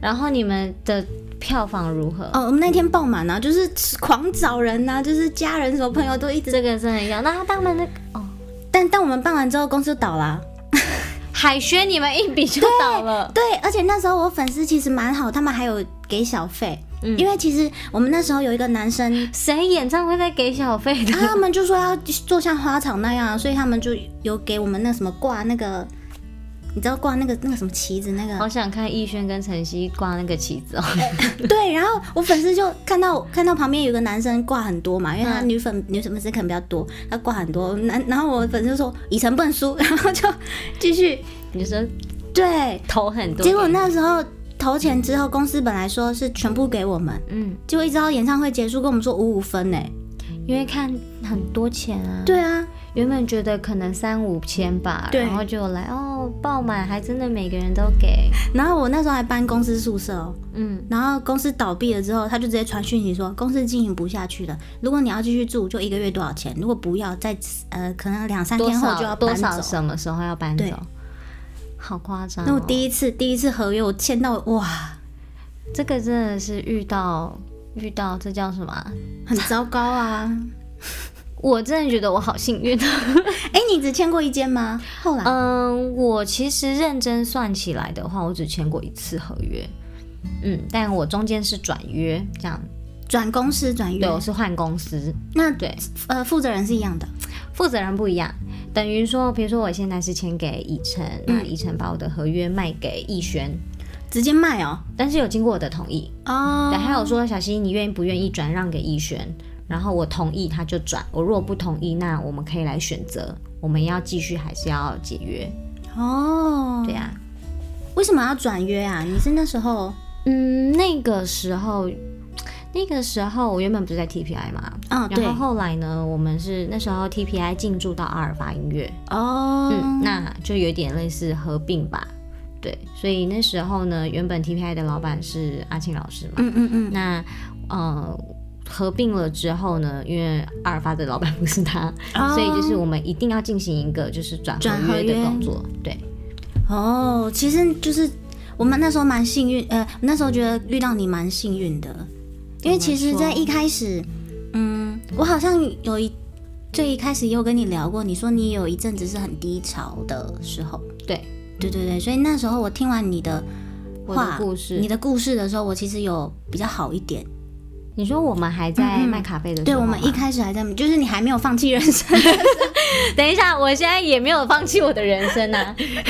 Speaker 2: 然后你们的票房如何？
Speaker 1: 哦，我们那天爆满啊，就是狂找人呐、就是家人什么朋友都一直，
Speaker 2: 这个真的要，那他们那个哦，
Speaker 1: 但但我们办完之后公司就倒啦、
Speaker 2: 海轩你们一比就倒了，
Speaker 1: 对，而且那时候我粉丝其实蛮好，他们还有给小费，
Speaker 2: 嗯
Speaker 1: 因为其实我们那时候有一个男生，
Speaker 2: (laughs)
Speaker 1: 啊
Speaker 2: 谁演唱会在给小费的？
Speaker 1: 他们就说要做像花场那样啊，所以他们就有给我们那什么挂那个，你知道挂那个那个什么旗子那个
Speaker 2: 好想看逸轩跟晨曦挂那个旗子哦，
Speaker 1: (laughs) 对，然后我粉丝就看到看到旁边有个男生挂很多嘛，因为他
Speaker 2: 嗯
Speaker 1: 女粉、女粉丝可能比较多，他挂很多。男，然后我粉丝就说以诚不能输，然后就继
Speaker 2: (laughs)
Speaker 1: 续
Speaker 2: 你说
Speaker 1: 对。
Speaker 2: 头很多，
Speaker 1: 结果那时候投钱之后，公司本来说是全部给我们，
Speaker 2: 嗯，
Speaker 1: 结果一直到演唱会结束跟我们说五五分欸呢、
Speaker 2: 因为看很多钱啊，，
Speaker 1: 对啊，
Speaker 2: 原本觉得可能三五千吧，
Speaker 1: 对
Speaker 2: 然后就来哦爆满，还真的每个人都给，
Speaker 1: 然后我那时候还搬公司宿舍哦、
Speaker 2: 嗯，
Speaker 1: 然后公司倒闭了之后，他就直接传讯息说公司经营不下去了，如果你要继续住，就一个月多少钱？如果不要，再呃可能两三
Speaker 2: 多
Speaker 1: 天后就要
Speaker 2: 少
Speaker 1: 搬
Speaker 2: 多
Speaker 1: 走。
Speaker 2: 少什么时候要搬
Speaker 1: 对
Speaker 2: 走？好夸张、哦！
Speaker 1: 那我第一次第一次合约，我签到哇，
Speaker 2: 这个真的是遇到遇到这叫什么啊？
Speaker 1: 很糟糕 (laughs) 啊！
Speaker 2: 我真的觉得我好幸运。
Speaker 1: 哎、你只签过一间吗？后来、
Speaker 2: 嗯，我其实认真算起来的话，我只签过一次合约。嗯，但我中间是转约，这样
Speaker 1: 转公司转约
Speaker 2: 对，，我是换公司，
Speaker 1: 那
Speaker 2: 对，
Speaker 1: 呃负责人是一样的，
Speaker 2: 负责人不一样。等于说，比如说我现在是签给以晨，那以晨把我的合约卖给逸轩，
Speaker 1: 直接卖哦。
Speaker 2: 但是有经过我的同意。
Speaker 1: 哦，
Speaker 2: 对，还有说小溪，你愿意不愿意转让给逸轩？然后我同意，他就转；我如果不同意，那我们可以来选择，我们要继续还是要解约？
Speaker 1: 哦，
Speaker 2: 对啊呀、
Speaker 1: 为什么要转约啊？你是那时候
Speaker 2: 嗯，那个时候那个时候我原本不是在 TPI 嘛，
Speaker 1: 啊，对
Speaker 2: 然后，后来呢，我们是那时候 TPI 进驻到阿尔法音乐，
Speaker 1: 哦，
Speaker 2: 嗯，那就有点类似合并吧，对，所以那时候呢，原本 TPI 的老板是阿庆老师嘛，
Speaker 1: 嗯嗯嗯，
Speaker 2: 那呃合并了之后呢，因为阿尔法的老板不是他，
Speaker 1: 哦
Speaker 2: 所以就是我们一定要进行一个就是转
Speaker 1: 转合
Speaker 2: 合约
Speaker 1: 约
Speaker 2: 的动作，对，
Speaker 1: 哦，其实就是我们那时候蛮幸运，呃，那时候觉得遇到你蛮幸运的，因为其实，
Speaker 2: 怎么
Speaker 1: 在
Speaker 2: 说
Speaker 1: 一开始，嗯，我好像有一最一开始也有跟你聊过，你说你有一阵子是很低潮的时候，
Speaker 2: 对，
Speaker 1: 对对对，所以那时候我听完你的
Speaker 2: 我的
Speaker 1: 话
Speaker 2: 故事
Speaker 1: 你的故事的时候，我其实有比较好一点。
Speaker 2: 你说我们还在
Speaker 1: 嗯嗯
Speaker 2: 卖咖啡的时
Speaker 1: 对，
Speaker 2: 候
Speaker 1: 我
Speaker 2: 吗，
Speaker 1: 们一开始还在，就是你还没有放弃人
Speaker 2: (laughs)
Speaker 1: 生，
Speaker 2: 等一下，我现在也没有放弃我的人生呐、
Speaker 1: (laughs)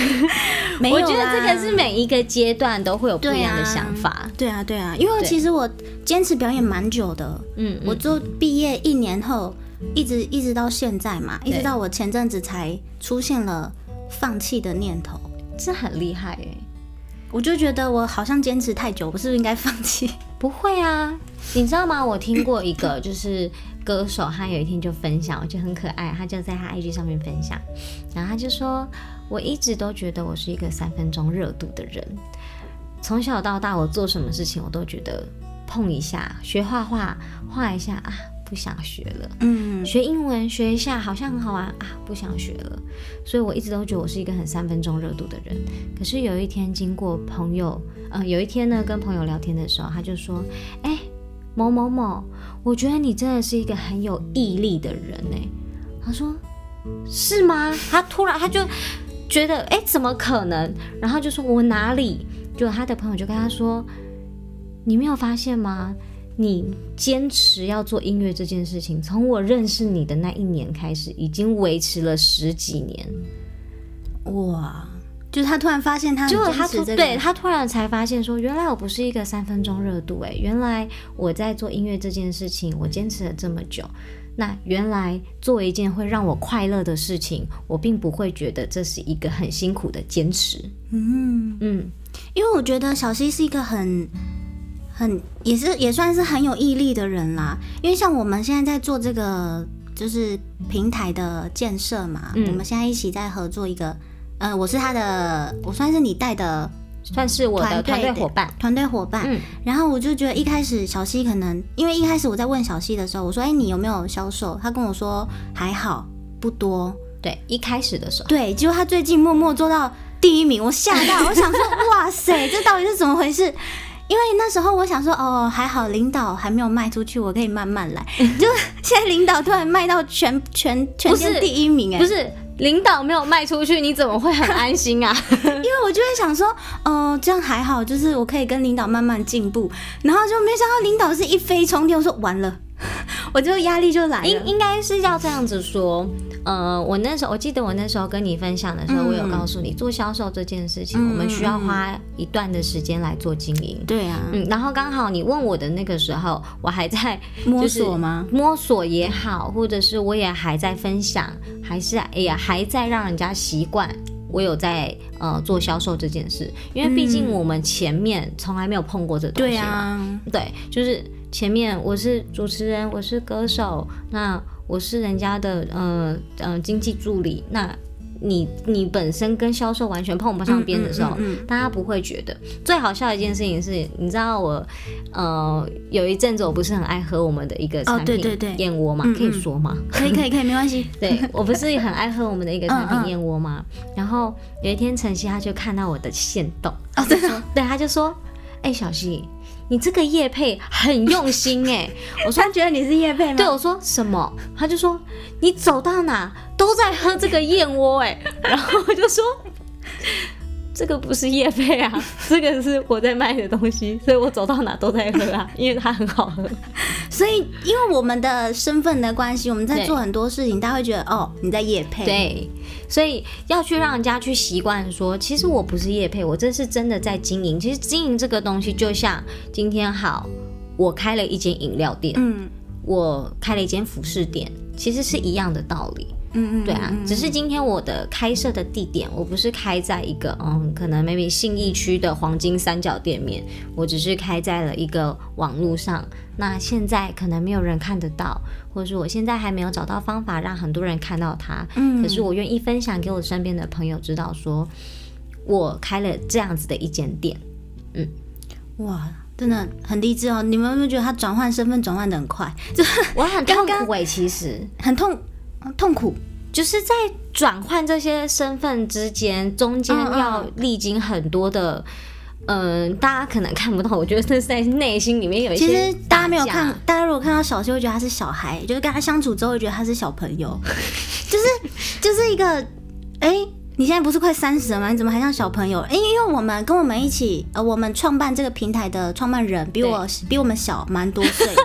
Speaker 1: 没有
Speaker 2: 我
Speaker 1: 啦
Speaker 2: 觉得这个是每一个阶段都会有不一样的想法。
Speaker 1: 对啊，对啊，因为
Speaker 2: 对
Speaker 1: 其实我坚持表演蛮久的，
Speaker 2: 嗯，
Speaker 1: 我
Speaker 2: 我
Speaker 1: 就毕业一年后，一直一直到现在嘛，一直到我前阵子才出现了放弃的念头，
Speaker 2: 这很厉害哎、
Speaker 1: 我就觉得我好像坚持太久，我是不是应该放弃？
Speaker 2: 不会啊，你知道吗？我听过一个就是歌手，他有一天就分享，我觉得很可爱，他就在他 IG 上面分享，然后他就说，我一直都觉得我是一个三分钟热度的人，从小到大我做什么事情我都觉得碰一下，学画画画一下啊，不想学了。
Speaker 1: 嗯，
Speaker 2: 学英文学一下好像很好玩啊，不想学了。所以我一直都觉得我是一个很三分钟热度的人。可是有一天经过朋友，呃，有一天呢跟朋友聊天的时候，他就说：“哎、某某某，我觉得你真的是一个很有毅力的人呢、他说：“是吗？”他突然他就觉得：“哎、怎么可能？”然后就说：“我哪里？”就他的朋友就跟他说：“你没有发现吗？你坚持要做音乐这件事情，从我认识你的那一年开始，已经维持了十几年。
Speaker 1: (laughs) 哇，就是他突然发现他很
Speaker 2: 结果
Speaker 1: 坚
Speaker 2: 他
Speaker 1: 持
Speaker 2: 突
Speaker 1: 这个，
Speaker 2: 对他突然才发现说，原来我不是一个三分钟热度诶、原来我在做音乐这件事情，我坚持了这么久。那原来做一件会让我快乐的事情，我并不会觉得这是一个很辛苦的坚持。
Speaker 1: 嗯，
Speaker 2: 嗯，
Speaker 1: 因为我觉得小溪是一个很。很也是也算是很有毅力的人啦，因为像我们现在在做这个就是平台的建设嘛，
Speaker 2: 嗯
Speaker 1: 我们现在一起在合作一个，呃，我是他的，我算是你带的
Speaker 2: 算是我的
Speaker 1: 团
Speaker 2: 团
Speaker 1: 队
Speaker 2: 队
Speaker 1: 的
Speaker 2: 伙伴。
Speaker 1: 团队伙伴，
Speaker 2: 嗯
Speaker 1: 然后我就觉得一开始小溪可能，因为一开始我在问小溪的时候，我说：“哎，你有没有销售？”他跟我说：“还好，不多。
Speaker 2: 对，一开始的时”候，
Speaker 1: 对，结果他最近默默做到第一名，我吓到，我想
Speaker 2: (laughs)
Speaker 1: 说：“哇塞，这到底是怎么回事？”因为那时候我想说：“哦，还好领导还没有卖出去，我可以慢慢来。”就现在领导突然卖到全全全
Speaker 2: 不是
Speaker 1: 天第一名、哎，
Speaker 2: 不是领导没有卖出去，你怎么会很安心啊？
Speaker 1: 因为我就会想说，哦、这样还好，就是我可以跟领导慢慢进步。然后就没想到领导是一飞冲天，我说完了， (laughs) 我就压力就来了。
Speaker 2: 应应该是要这样子说，呃，我那时候我记得我那时候跟你分享的时候，
Speaker 1: 嗯
Speaker 2: 我有告诉你做销售这件事情，
Speaker 1: 嗯
Speaker 2: 我们需要花一段的时间来做经营。
Speaker 1: 对啊，
Speaker 2: 嗯，然后刚好你问我的那个时候，我还在
Speaker 1: 摸
Speaker 2: 就是
Speaker 1: 索吗？
Speaker 2: 摸索也好，或者是我也还在分享，还是哎呀还在让人家习惯。我有在呃做销售这件事，因为毕竟
Speaker 1: 嗯
Speaker 2: 我们前面从来没有碰过这东西
Speaker 1: 对
Speaker 2: 嘛，
Speaker 1: 啊，
Speaker 2: 对，就是前面我是主持人，我是歌手，那我是人家的呃呃经济助理，那你你本身跟销售完全碰不上边的时候。
Speaker 1: 嗯嗯嗯
Speaker 2: 大家不会觉得最好笑的一件事情是，你知道我，呃，有一阵子我不是很爱喝我们的一个产品，
Speaker 1: 哦对对对
Speaker 2: 燕窝嘛，
Speaker 1: 嗯嗯
Speaker 2: 可以说
Speaker 1: (laughs)
Speaker 2: 吗？
Speaker 1: 嗯可以可以可以，没关系。
Speaker 2: 对我不是很爱喝我们的一个产
Speaker 1: 嗯嗯
Speaker 2: 品燕窝吗？然后有一天晨曦他就看到我的线动，
Speaker 1: 哦，真
Speaker 2: (laughs)
Speaker 1: 的，
Speaker 2: 对，他就说：“哎、小溪，你这个叶配很用心哎、我说
Speaker 1: 他觉得你是叶贝：“吗？
Speaker 2: 对，我说什么？”他就说：“你走到哪都在喝这个燕窝哎、然后我就说：“这个不是叶配啊，这个是我在卖的东西，所以我走到哪都在喝啊，因为它很好喝。
Speaker 1: 所以因为我们的身份的关系，我们在
Speaker 2: 对
Speaker 1: 做很多事情，大家会觉得哦，你在叶配。，
Speaker 2: 对，所以要去让人家去习惯说，其实我不是叶配，我这是真的在经营。其实经营这个东西，就像今天好，我开了一间饮料店。
Speaker 1: 嗯
Speaker 2: 我开了一间服饰店，其实是一样的道理。
Speaker 1: 嗯嗯，
Speaker 2: 对啊
Speaker 1: 嗯，嗯
Speaker 2: 只是今天我的开设的地点，我不是开在一个嗯，可能 maybe 信义区的黄金三角店面，我只是开在了一个网络上。那现在可能没有人看得到，或者是我现在还没有找到方法让很多人看到它。
Speaker 1: 嗯
Speaker 2: 可是我愿意分享给我身边的朋友知道说，我开了这样子的一间
Speaker 1: (laughs)
Speaker 2: 店。
Speaker 1: 哇，真的很励志哦！你们有没有觉得他转换身份转换的很快，就是
Speaker 2: 我 (laughs) 很痛
Speaker 1: 刚
Speaker 2: 苦诶、其实
Speaker 1: 很痛痛苦？
Speaker 2: 就是在转换这些身份之间，中间
Speaker 1: 嗯嗯
Speaker 2: 要历经很多的，嗯、大家可能看不到，我觉得这是在内心里面有一些
Speaker 1: 其实大家没有
Speaker 2: 打架
Speaker 1: 看，大家如果看到小西，会觉得他是小孩，就是跟他相处之后，会觉得他是小朋
Speaker 2: (laughs)
Speaker 1: 友，就是就是一个，哎、你现在不是快三十了吗？你怎么还像小朋友？哎、因为我们跟我们一起，呃，我们创办这个平台的创办人比我比我们小蛮多岁的。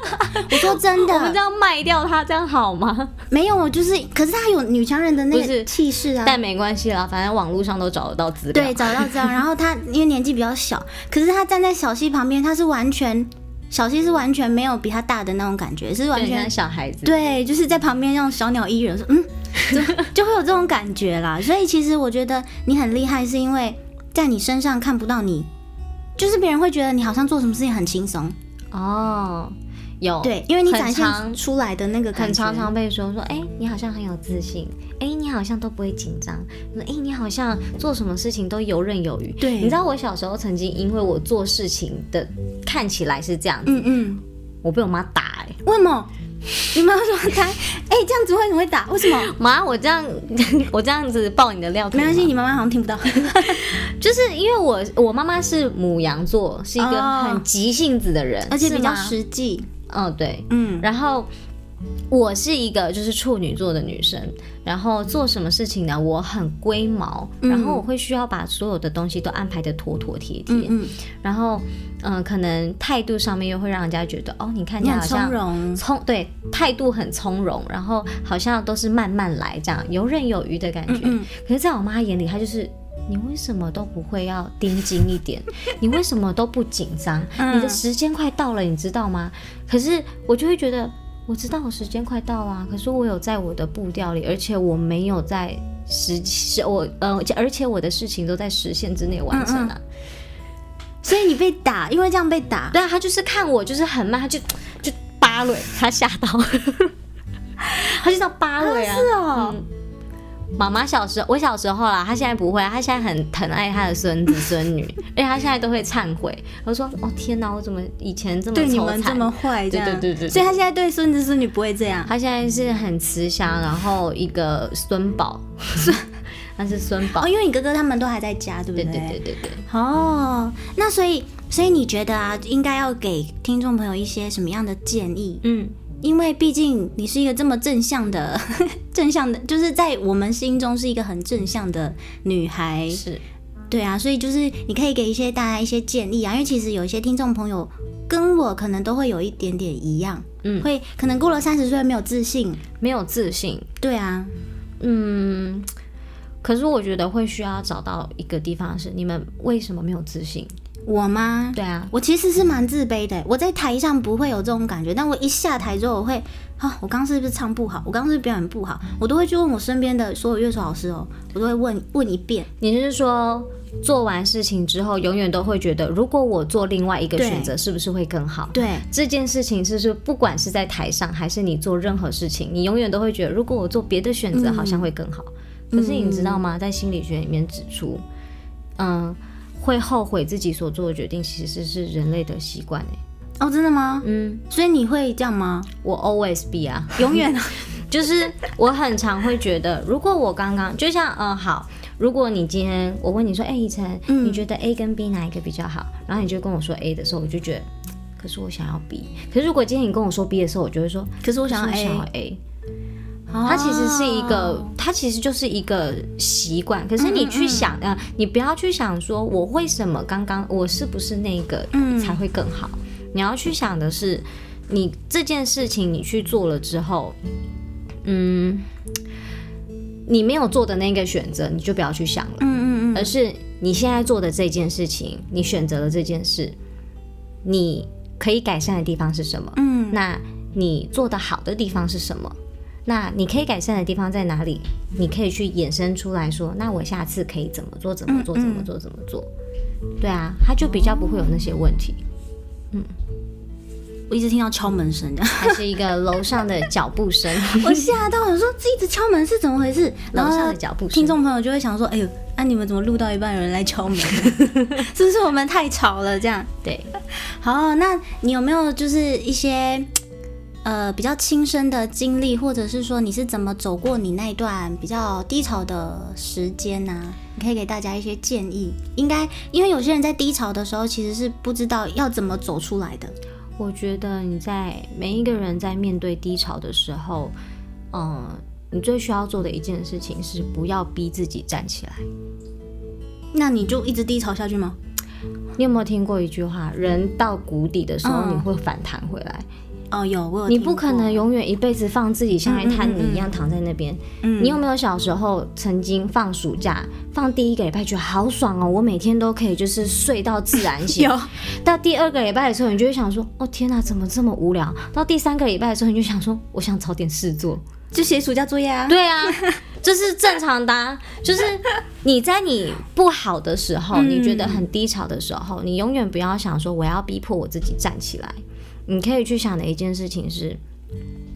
Speaker 1: 我说真
Speaker 2: (laughs) 我们这
Speaker 1: 的，
Speaker 2: 样卖掉它，这样好吗？
Speaker 1: 没有，我就是，可是他有女强人的那
Speaker 2: 不
Speaker 1: 个
Speaker 2: 是
Speaker 1: 气势啊。
Speaker 2: 但没关系啦，反正网络上都找得到资料。
Speaker 1: 对，找到这样，然后
Speaker 2: (laughs)
Speaker 1: 他因为年纪比较小，可是他站在小西旁边，他是完全小西是完全没有比他大的那种感觉，是完
Speaker 2: 对，你
Speaker 1: 全
Speaker 2: 看小孩子，
Speaker 1: 对，就是在旁边那种小鸟依人，说
Speaker 2: (laughs)
Speaker 1: 嗯，就就会有这种感觉啦。所以其实我觉得你很厉害，是因为在你身上看不到你，就是别人会觉得你好像做什么事情很轻松，
Speaker 2: 哦，有
Speaker 1: 对，因为你
Speaker 2: 很
Speaker 1: 展现
Speaker 2: 常
Speaker 1: 出来的那个感
Speaker 2: 很
Speaker 1: 觉，
Speaker 2: 常常被说说，哎、你好像很有自信，哎、你好像都不会紧张，说哎、你好像做什么事情都游刃有余。
Speaker 1: 对
Speaker 2: 你知道我小时候曾经因为我做事情的看起来是这样子，
Speaker 1: 嗯嗯，
Speaker 2: 我被我妈打、哎，
Speaker 1: 为什么？ (laughs) 你妈说他，哎、这样子会很会打，为什么？
Speaker 2: 妈，我这样 (laughs) 我这样子爆你的料可以
Speaker 1: 没
Speaker 2: 吗，
Speaker 1: 关系，你妈妈好像
Speaker 2: (laughs)
Speaker 1: 听不到。
Speaker 2: 就是因为我我妈妈是母羊座，是一个
Speaker 1: 哦
Speaker 2: 很急性子的人，
Speaker 1: 而且
Speaker 2: 是
Speaker 1: 比较
Speaker 2: 吗，
Speaker 1: 实际。
Speaker 2: 嗯，对，
Speaker 1: 嗯，
Speaker 2: 然后我是一个就是处女座的女生，然后做什么事情呢？我很龟毛，
Speaker 1: 嗯
Speaker 2: 然后我会需要把所有的东西都安排的妥妥帖帖，
Speaker 1: 嗯嗯，
Speaker 2: 然后嗯、呃可能态度上面又会让人家觉得哦，你看起
Speaker 1: 你很
Speaker 2: 来好
Speaker 1: 从
Speaker 2: 像。
Speaker 1: 容。
Speaker 2: 从对态度很从容，然后好像都是慢慢来这样游刃有余的感
Speaker 1: 嗯
Speaker 2: 觉。
Speaker 1: 嗯
Speaker 2: 可是，在我妈眼里，她就是你为什么都不会要盯紧一点？你为什么都不紧张？
Speaker 1: 嗯
Speaker 2: 你的时间快到了，你知道吗？可是我就会觉得，我知道我时间快到啦，可是我有在我的步调里，而且我没有在实是我呃，而且我的事情都在时限之内完成啊。
Speaker 1: 嗯所以你被打，因为这样被打，
Speaker 2: 对啊，他就是看我就是很慢，他就就扒了，他吓到， (laughs) 他就这样扒了啊。
Speaker 1: 是哦，
Speaker 2: 妈妈小时候，我小时候啦，她现在不会啊，她现在很疼爱她的孙子孙女，而且她现在都会忏悔，我说哦天哪，我怎么以前这么
Speaker 1: 对你
Speaker 2: 愁
Speaker 1: 们这
Speaker 2: 惨
Speaker 1: 么坏，这样
Speaker 2: 对对对对对
Speaker 1: 所以他现在对孙子孙女不会这样。
Speaker 2: 他现在是很慈祥，然后一个孙宝，他是孙宝
Speaker 1: 哦，，因为你哥哥他们都还在家，对不
Speaker 2: 对
Speaker 1: 对
Speaker 2: 对对对对。
Speaker 1: 哦，那所以所以你觉得啊，应该要给听众朋友一些什么样的建议？
Speaker 2: 嗯，
Speaker 1: 因为毕竟你是一个这么正向的、 (laughs) 正向的，就是在我们心中是一个很正向的女孩。
Speaker 2: 是
Speaker 1: 对啊，所以就是你可以给一些大家一些建议啊，因为其实有一些听众朋友跟我可能都会有一点点一样，
Speaker 2: 嗯
Speaker 1: 会可能过了三十岁没有自信，
Speaker 2: 没有自信，
Speaker 1: 对啊，
Speaker 2: 嗯，可是我觉得会需要找到一个地方是你们为什么没有自信？
Speaker 1: 我吗？
Speaker 2: 对啊，
Speaker 1: 我其实是蛮自卑的，我在台上不会有这种感觉，但我一下台之后，我会啊，我刚刚是不是唱不好？我刚刚是不是表演不好？我都会去问我身边的所有乐手老师哦，我都会问问一遍，
Speaker 2: 你是说做完事情之后，永远都会觉得，如果我做另外一个
Speaker 1: 对
Speaker 2: 选择，是不是会更好？
Speaker 1: 对，
Speaker 2: 这件事情是是，不管是在台上还是你做任何事情，你永远都会觉得，如果我做别的选择，
Speaker 1: 嗯
Speaker 2: 好像会更好。可是你知道吗？在心理学里面指出，嗯，会后悔自己所做的决定，其实是人类的习惯、欸。
Speaker 1: 哦，真的吗？
Speaker 2: 嗯，
Speaker 1: 所以你会这样
Speaker 2: (laughs)
Speaker 1: 吗？
Speaker 2: 我 always be 啊，
Speaker 1: 永远啊
Speaker 2: 就是我很常会觉得，如果我刚刚就像嗯、呃好，如果你今天我问你说，哎、以晨，
Speaker 1: 嗯
Speaker 2: 你觉得 A 跟 B 哪一个比较好？然后你就跟我说 A 的时候，我就觉得，嗯可是我想要 B。可是如果今天你跟我说 B 的时候，我就会说，
Speaker 1: 可是我想要
Speaker 2: 可是
Speaker 1: A，
Speaker 2: 要 A。它啊其实是一个，它其实就是一个习惯。可是你去想，呃，你不要去想说我为什么刚刚我是不是那个
Speaker 1: 嗯
Speaker 2: 才会更好。你要去想的是，你这件事情你去做了之后，嗯，你没有做的那个选择，你就不要去想了，
Speaker 1: 嗯嗯嗯，
Speaker 2: 而是你现在做的这件事情，你选择了这件事，你可以改善的地方是什么？
Speaker 1: 嗯
Speaker 2: 那你做的好的地方是什么？那你可以改善的地方在哪里？你可以去衍生出来说，那我下次可以怎么做？怎么做？怎么做？怎么做？
Speaker 1: 嗯
Speaker 2: 对啊，他就比较不会有那些问题。
Speaker 1: 我一直听到敲门声，
Speaker 2: (laughs)
Speaker 1: 这样
Speaker 2: 还是一个楼上的脚步声，
Speaker 1: (laughs) 我吓到，我说这一直敲门是怎么回事？然
Speaker 2: 楼
Speaker 1: 后
Speaker 2: 上
Speaker 1: 呢
Speaker 2: 的脚步声。
Speaker 1: 啊听众朋友就会想说，哎呦，那、你们怎么录到一半有人来敲门？ (laughs) 是不是我们太吵了？这样
Speaker 2: 对，
Speaker 1: 好，那你有没有就是一些呃比较亲身的经历，或者是说你是怎么走过你那一段比较低潮的时间呢、你可以给大家一些建议。应该因为有些人在低潮的时候其实是不知道要怎么走出来的。
Speaker 2: 我觉得你在每一个人在面对低潮的时候，嗯，你最需要做的一件事情是不要逼自己站起来。
Speaker 1: 那你就一直低潮下去吗？
Speaker 2: 你有没有听过一句话？人到谷底的时候，
Speaker 1: 嗯
Speaker 2: 你会反弹回来。
Speaker 1: 哦，有我有
Speaker 2: 你
Speaker 1: 听
Speaker 2: 不可
Speaker 1: 过
Speaker 2: 能永远一辈子放自己像一滩
Speaker 1: 嗯嗯嗯
Speaker 2: 泥一样躺在那边。
Speaker 1: 嗯
Speaker 2: 你有没有小时候曾经放暑假，放第一个礼拜觉得好爽哦，我每天都可以就是睡到自然
Speaker 1: (laughs)
Speaker 2: 醒。
Speaker 1: 有
Speaker 2: 到第二个礼拜的时候，你就会想说，哦天哪、怎么这么无聊？到第三个礼拜的时候，你就想说，我想找点事做。
Speaker 1: 就写暑假作业啊。
Speaker 2: 对啊，
Speaker 1: (laughs)
Speaker 2: 这是正常的、啊。就是你在你不好的时候，
Speaker 1: 嗯
Speaker 2: 你觉得很低潮的时候，你永远不要想说我要逼迫我自己站起来。你可以去想的一件事情是，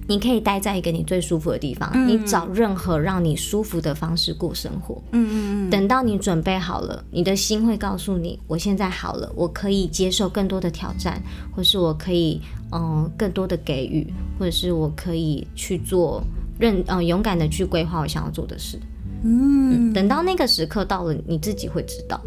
Speaker 2: 你可以待在一个你最舒服的地方，
Speaker 1: 嗯
Speaker 2: 你找任何让你舒服的方式过生活。
Speaker 1: 嗯嗯
Speaker 2: 等到你准备好了，你的心会告诉你，我现在好了，我可以接受更多的挑战，或是我可以嗯、呃更多的给予，或者是我可以去做认嗯、呃、勇敢的去规划我想要做的事。
Speaker 1: 嗯嗯，
Speaker 2: 等到那个时刻到了，你自己会知道。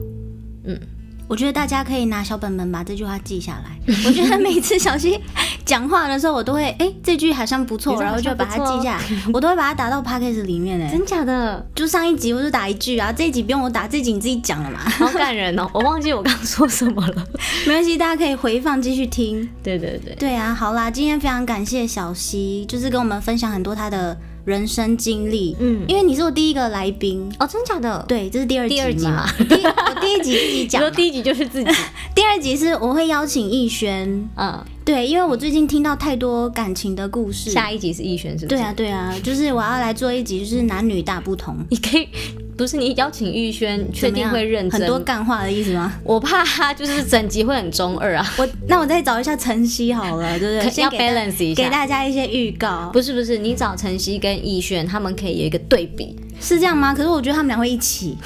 Speaker 1: 我觉得大家可以拿小本本把这句话记下来。 (laughs) 我觉得每次小新讲话的时候，我都会哎、这句好像不错，
Speaker 2: 这
Speaker 1: 然
Speaker 2: 好
Speaker 1: 后就
Speaker 2: 像
Speaker 1: 把
Speaker 2: 不
Speaker 1: 它
Speaker 2: 错哦
Speaker 1: 记
Speaker 2: (laughs)
Speaker 1: 下来，我都会把它打到 p a c k a g e 里面哎。
Speaker 2: 真假的，
Speaker 1: 就上一集我就打一句啊，这一集不用我打，这一集你自己讲了嘛，
Speaker 2: (laughs) 好感人哦！我忘记我刚说什么了。 (laughs)
Speaker 1: 没关系，大家可以回放继续听。
Speaker 2: 对对对，
Speaker 1: 对啊，好啦，今天非常感谢小溪，就是跟我们分享很多他的人生经历，
Speaker 2: 嗯，
Speaker 1: 因为你是我第一个来宾，
Speaker 2: 哦，真假的，，
Speaker 1: 对，这是第二集
Speaker 2: 第二集
Speaker 1: 嘛
Speaker 2: 嘛，
Speaker 1: 我第我第一集自己
Speaker 2: (laughs) 你
Speaker 1: 讲
Speaker 2: 说
Speaker 1: 嘛，
Speaker 2: 第一集就是自己，
Speaker 1: 第二集是我会邀请逸轩，
Speaker 2: 嗯，
Speaker 1: 对，因为我最近听到太多感情的故事。
Speaker 2: (laughs) 下一集是逸轩，是不
Speaker 1: 对
Speaker 2: 是？
Speaker 1: 啊，对啊，就是我要来做一集，就是男女大不同，
Speaker 2: 你可以，不是你邀请玉轩，确
Speaker 1: 怎么
Speaker 2: 定
Speaker 1: 样
Speaker 2: 会认真
Speaker 1: 很多干话的意思吗？
Speaker 2: 我怕他就是整集会很中二啊，
Speaker 1: 我那我再找一下晨曦好了， (laughs) 对不对？
Speaker 2: 可
Speaker 1: 先
Speaker 2: 要
Speaker 1: 给大
Speaker 2: balance 一
Speaker 1: 给
Speaker 2: 下。
Speaker 1: 大家一些预告，
Speaker 2: 不是不是，你找晨曦跟逸轩，他们可以有一个对比。
Speaker 1: 是这样吗？可是我觉得他们俩会一起。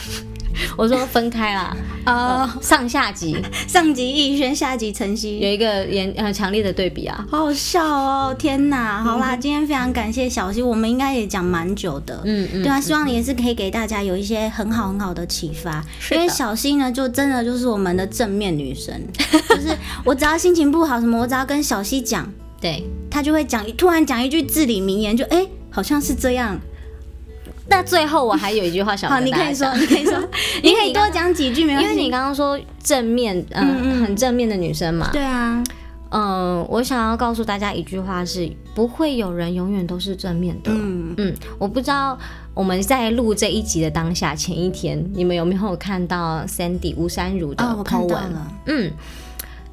Speaker 2: 我说分开啦，
Speaker 1: (laughs) 哦，
Speaker 2: 上下集
Speaker 1: 上集逸轩，下集晨
Speaker 2: 有
Speaker 1: 曦，
Speaker 2: 一个严很强烈的对比啊。
Speaker 1: 好好笑哦！天哪，好啦，今天非常感谢小溪，我们应该也讲蛮久的。
Speaker 2: 嗯嗯，
Speaker 1: 对啊，希望你也是可以给大家有一些很好很好的启发。
Speaker 2: 是
Speaker 1: 因
Speaker 2: 的
Speaker 1: 为小新呢，就真的就是我们的正面女神， (laughs) 就是我只要心情不好什么，我只要跟小溪讲，
Speaker 2: 对。
Speaker 1: 她就会讲，突然讲一句至理名言，就哎、诶好像是这样。
Speaker 2: 那最后我还有一句话想
Speaker 1: (laughs) 好，
Speaker 2: 跟
Speaker 1: 你
Speaker 2: 大
Speaker 1: 可
Speaker 2: 家
Speaker 1: 以说，
Speaker 2: 讲
Speaker 1: 你可以
Speaker 2: (laughs)
Speaker 1: 说，你可以多讲几句，没
Speaker 2: 因
Speaker 1: 关
Speaker 2: 为你
Speaker 1: 系。
Speaker 2: 刚刚说正面，
Speaker 1: 嗯
Speaker 2: 嗯，
Speaker 1: 嗯
Speaker 2: 很正面的女生嘛，
Speaker 1: 对啊，
Speaker 2: 嗯，我想要告诉大家一句话是，不会有人永远都是正面的，
Speaker 1: 嗯，
Speaker 2: 嗯，我不知道我们在录这一集的当下前一天，你们有没有看到 Sandy 吴珊如的
Speaker 1: 哦，我
Speaker 2: po
Speaker 1: 看到
Speaker 2: 文？
Speaker 1: 了，
Speaker 2: 嗯，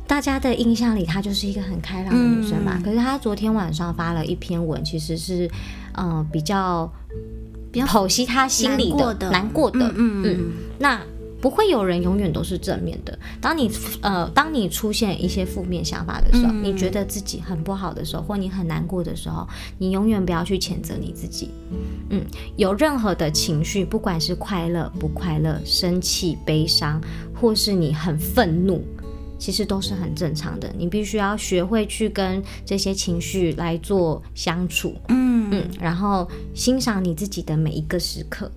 Speaker 2: 大家的印象里她就是一个很开朗的女生嘛。
Speaker 1: 嗯
Speaker 2: 可是她昨天晚上发了一篇文，其实是呃比较
Speaker 1: 比较
Speaker 2: 剖析她心里
Speaker 1: 难过
Speaker 2: 的
Speaker 1: 的
Speaker 2: 难过的。
Speaker 1: 嗯嗯嗯
Speaker 2: 嗯，那不会有人永远都是正面的。当你呃，当你出现一些负面想法的时候，
Speaker 1: 嗯
Speaker 2: 你觉得自己很不好的时候，或你很难过的时候，你永远不要去谴责你自己。嗯，有任何的情绪，不管是快乐、不快乐、生气、悲伤，或是你很愤怒。其实都是很正常的，你必须要学会去跟这些情绪来做相处，
Speaker 1: 嗯
Speaker 2: 嗯，然后欣赏你自己的每一个时刻，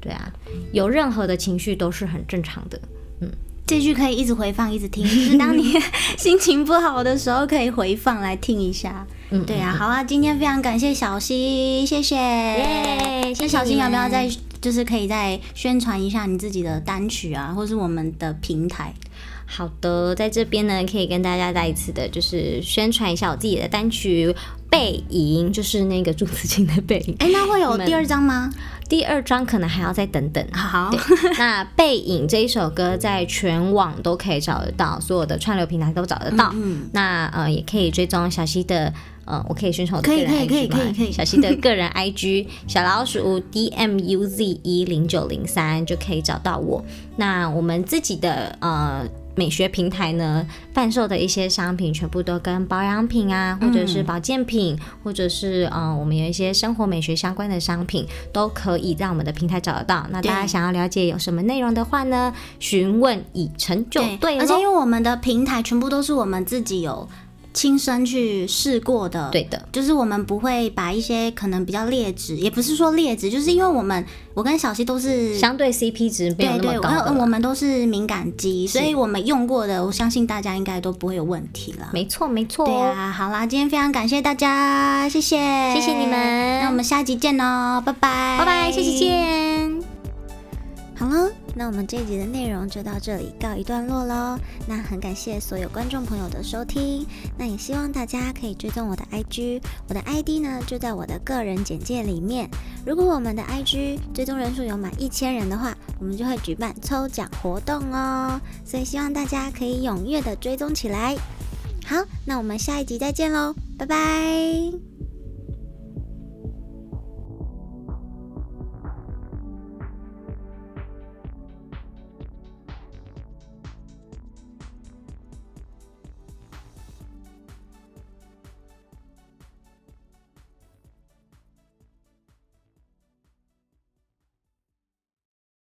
Speaker 2: 对啊，有任何的情绪都是很正常的，
Speaker 1: 这句可以一直回放，一直
Speaker 2: (laughs)
Speaker 1: 听。就是当你心情不好的时候，可以回放来听一下。
Speaker 2: 嗯，
Speaker 1: 对啊，好啊，今天非常感谢小溪，谢谢。
Speaker 2: 耶
Speaker 1: 那
Speaker 2: 谢谢
Speaker 1: 小溪
Speaker 2: 你
Speaker 1: 要
Speaker 2: 们
Speaker 1: 不要再就是可以再宣传一下你自己的单曲啊，或是我们的平台？
Speaker 2: 好的，在这边呢，可以跟大家再一次的，就是宣传一下我自己的单曲《背影》，就是那个朱自清的《背影》。 (laughs)
Speaker 1: 哎，那会有
Speaker 2: 你们
Speaker 1: 第二张吗？
Speaker 2: 第二章可能还要再等等。
Speaker 1: 好，
Speaker 2: 那《背影》这一首歌在全网都可以找得到，所有的串流平台都找得到。
Speaker 1: 嗯，
Speaker 2: 那呃，也可以追踪小溪的。呃，我可以宣传我的
Speaker 1: 可
Speaker 2: 个
Speaker 1: 以
Speaker 2: 人 IG 吗？
Speaker 1: 可以可以可以可以
Speaker 2: 小溪的个人 IG 小老鼠 D M U Z 一零九零三就可以找到我。那我们自己的呃美学平台呢，贩售的一些商品全部都跟保养品啊，或者
Speaker 1: 嗯
Speaker 2: 是保健品，或者是呃我们有一些生活美学相关的商品，都可以在我们的平台找得到。那大家
Speaker 1: 对
Speaker 2: 想要了解有什么内容的话呢，询问已成就对了。
Speaker 1: 而且因为我们的平台全部都是我们自己有亲身去试过的，
Speaker 2: 对的，
Speaker 1: 就是我们不会把一些可能比较劣质，也不是说劣质，就是因为我们我跟小溪都是
Speaker 2: 相对 CP 值没有
Speaker 1: 对
Speaker 2: 那
Speaker 1: 嗯对，
Speaker 2: 么
Speaker 1: 我
Speaker 2: 高的
Speaker 1: 我
Speaker 2: 了。
Speaker 1: 们都是敏感肌，所以我们用过的，我相信大家应该都不会有问题了。
Speaker 2: 没错，没错。
Speaker 1: 对啊，好啦，今天非常感谢大家，谢谢，
Speaker 2: 谢谢你们
Speaker 1: 那我们下集见喽，拜拜，
Speaker 2: 拜拜，下期。见。
Speaker 1: 好了，那我们这一集的内容就到这里告一段落喽。那很感谢所有观众朋友的收听，那也希望大家可以追踪我的 IG，我的 ID 呢就在我的个人简介里面。如果我们的 IG 追踪人数有满一千人的话，我们就会举办抽奖活动哦，所以希望大家可以踊跃的追踪起来。好，那我们下一集再见喽，拜拜。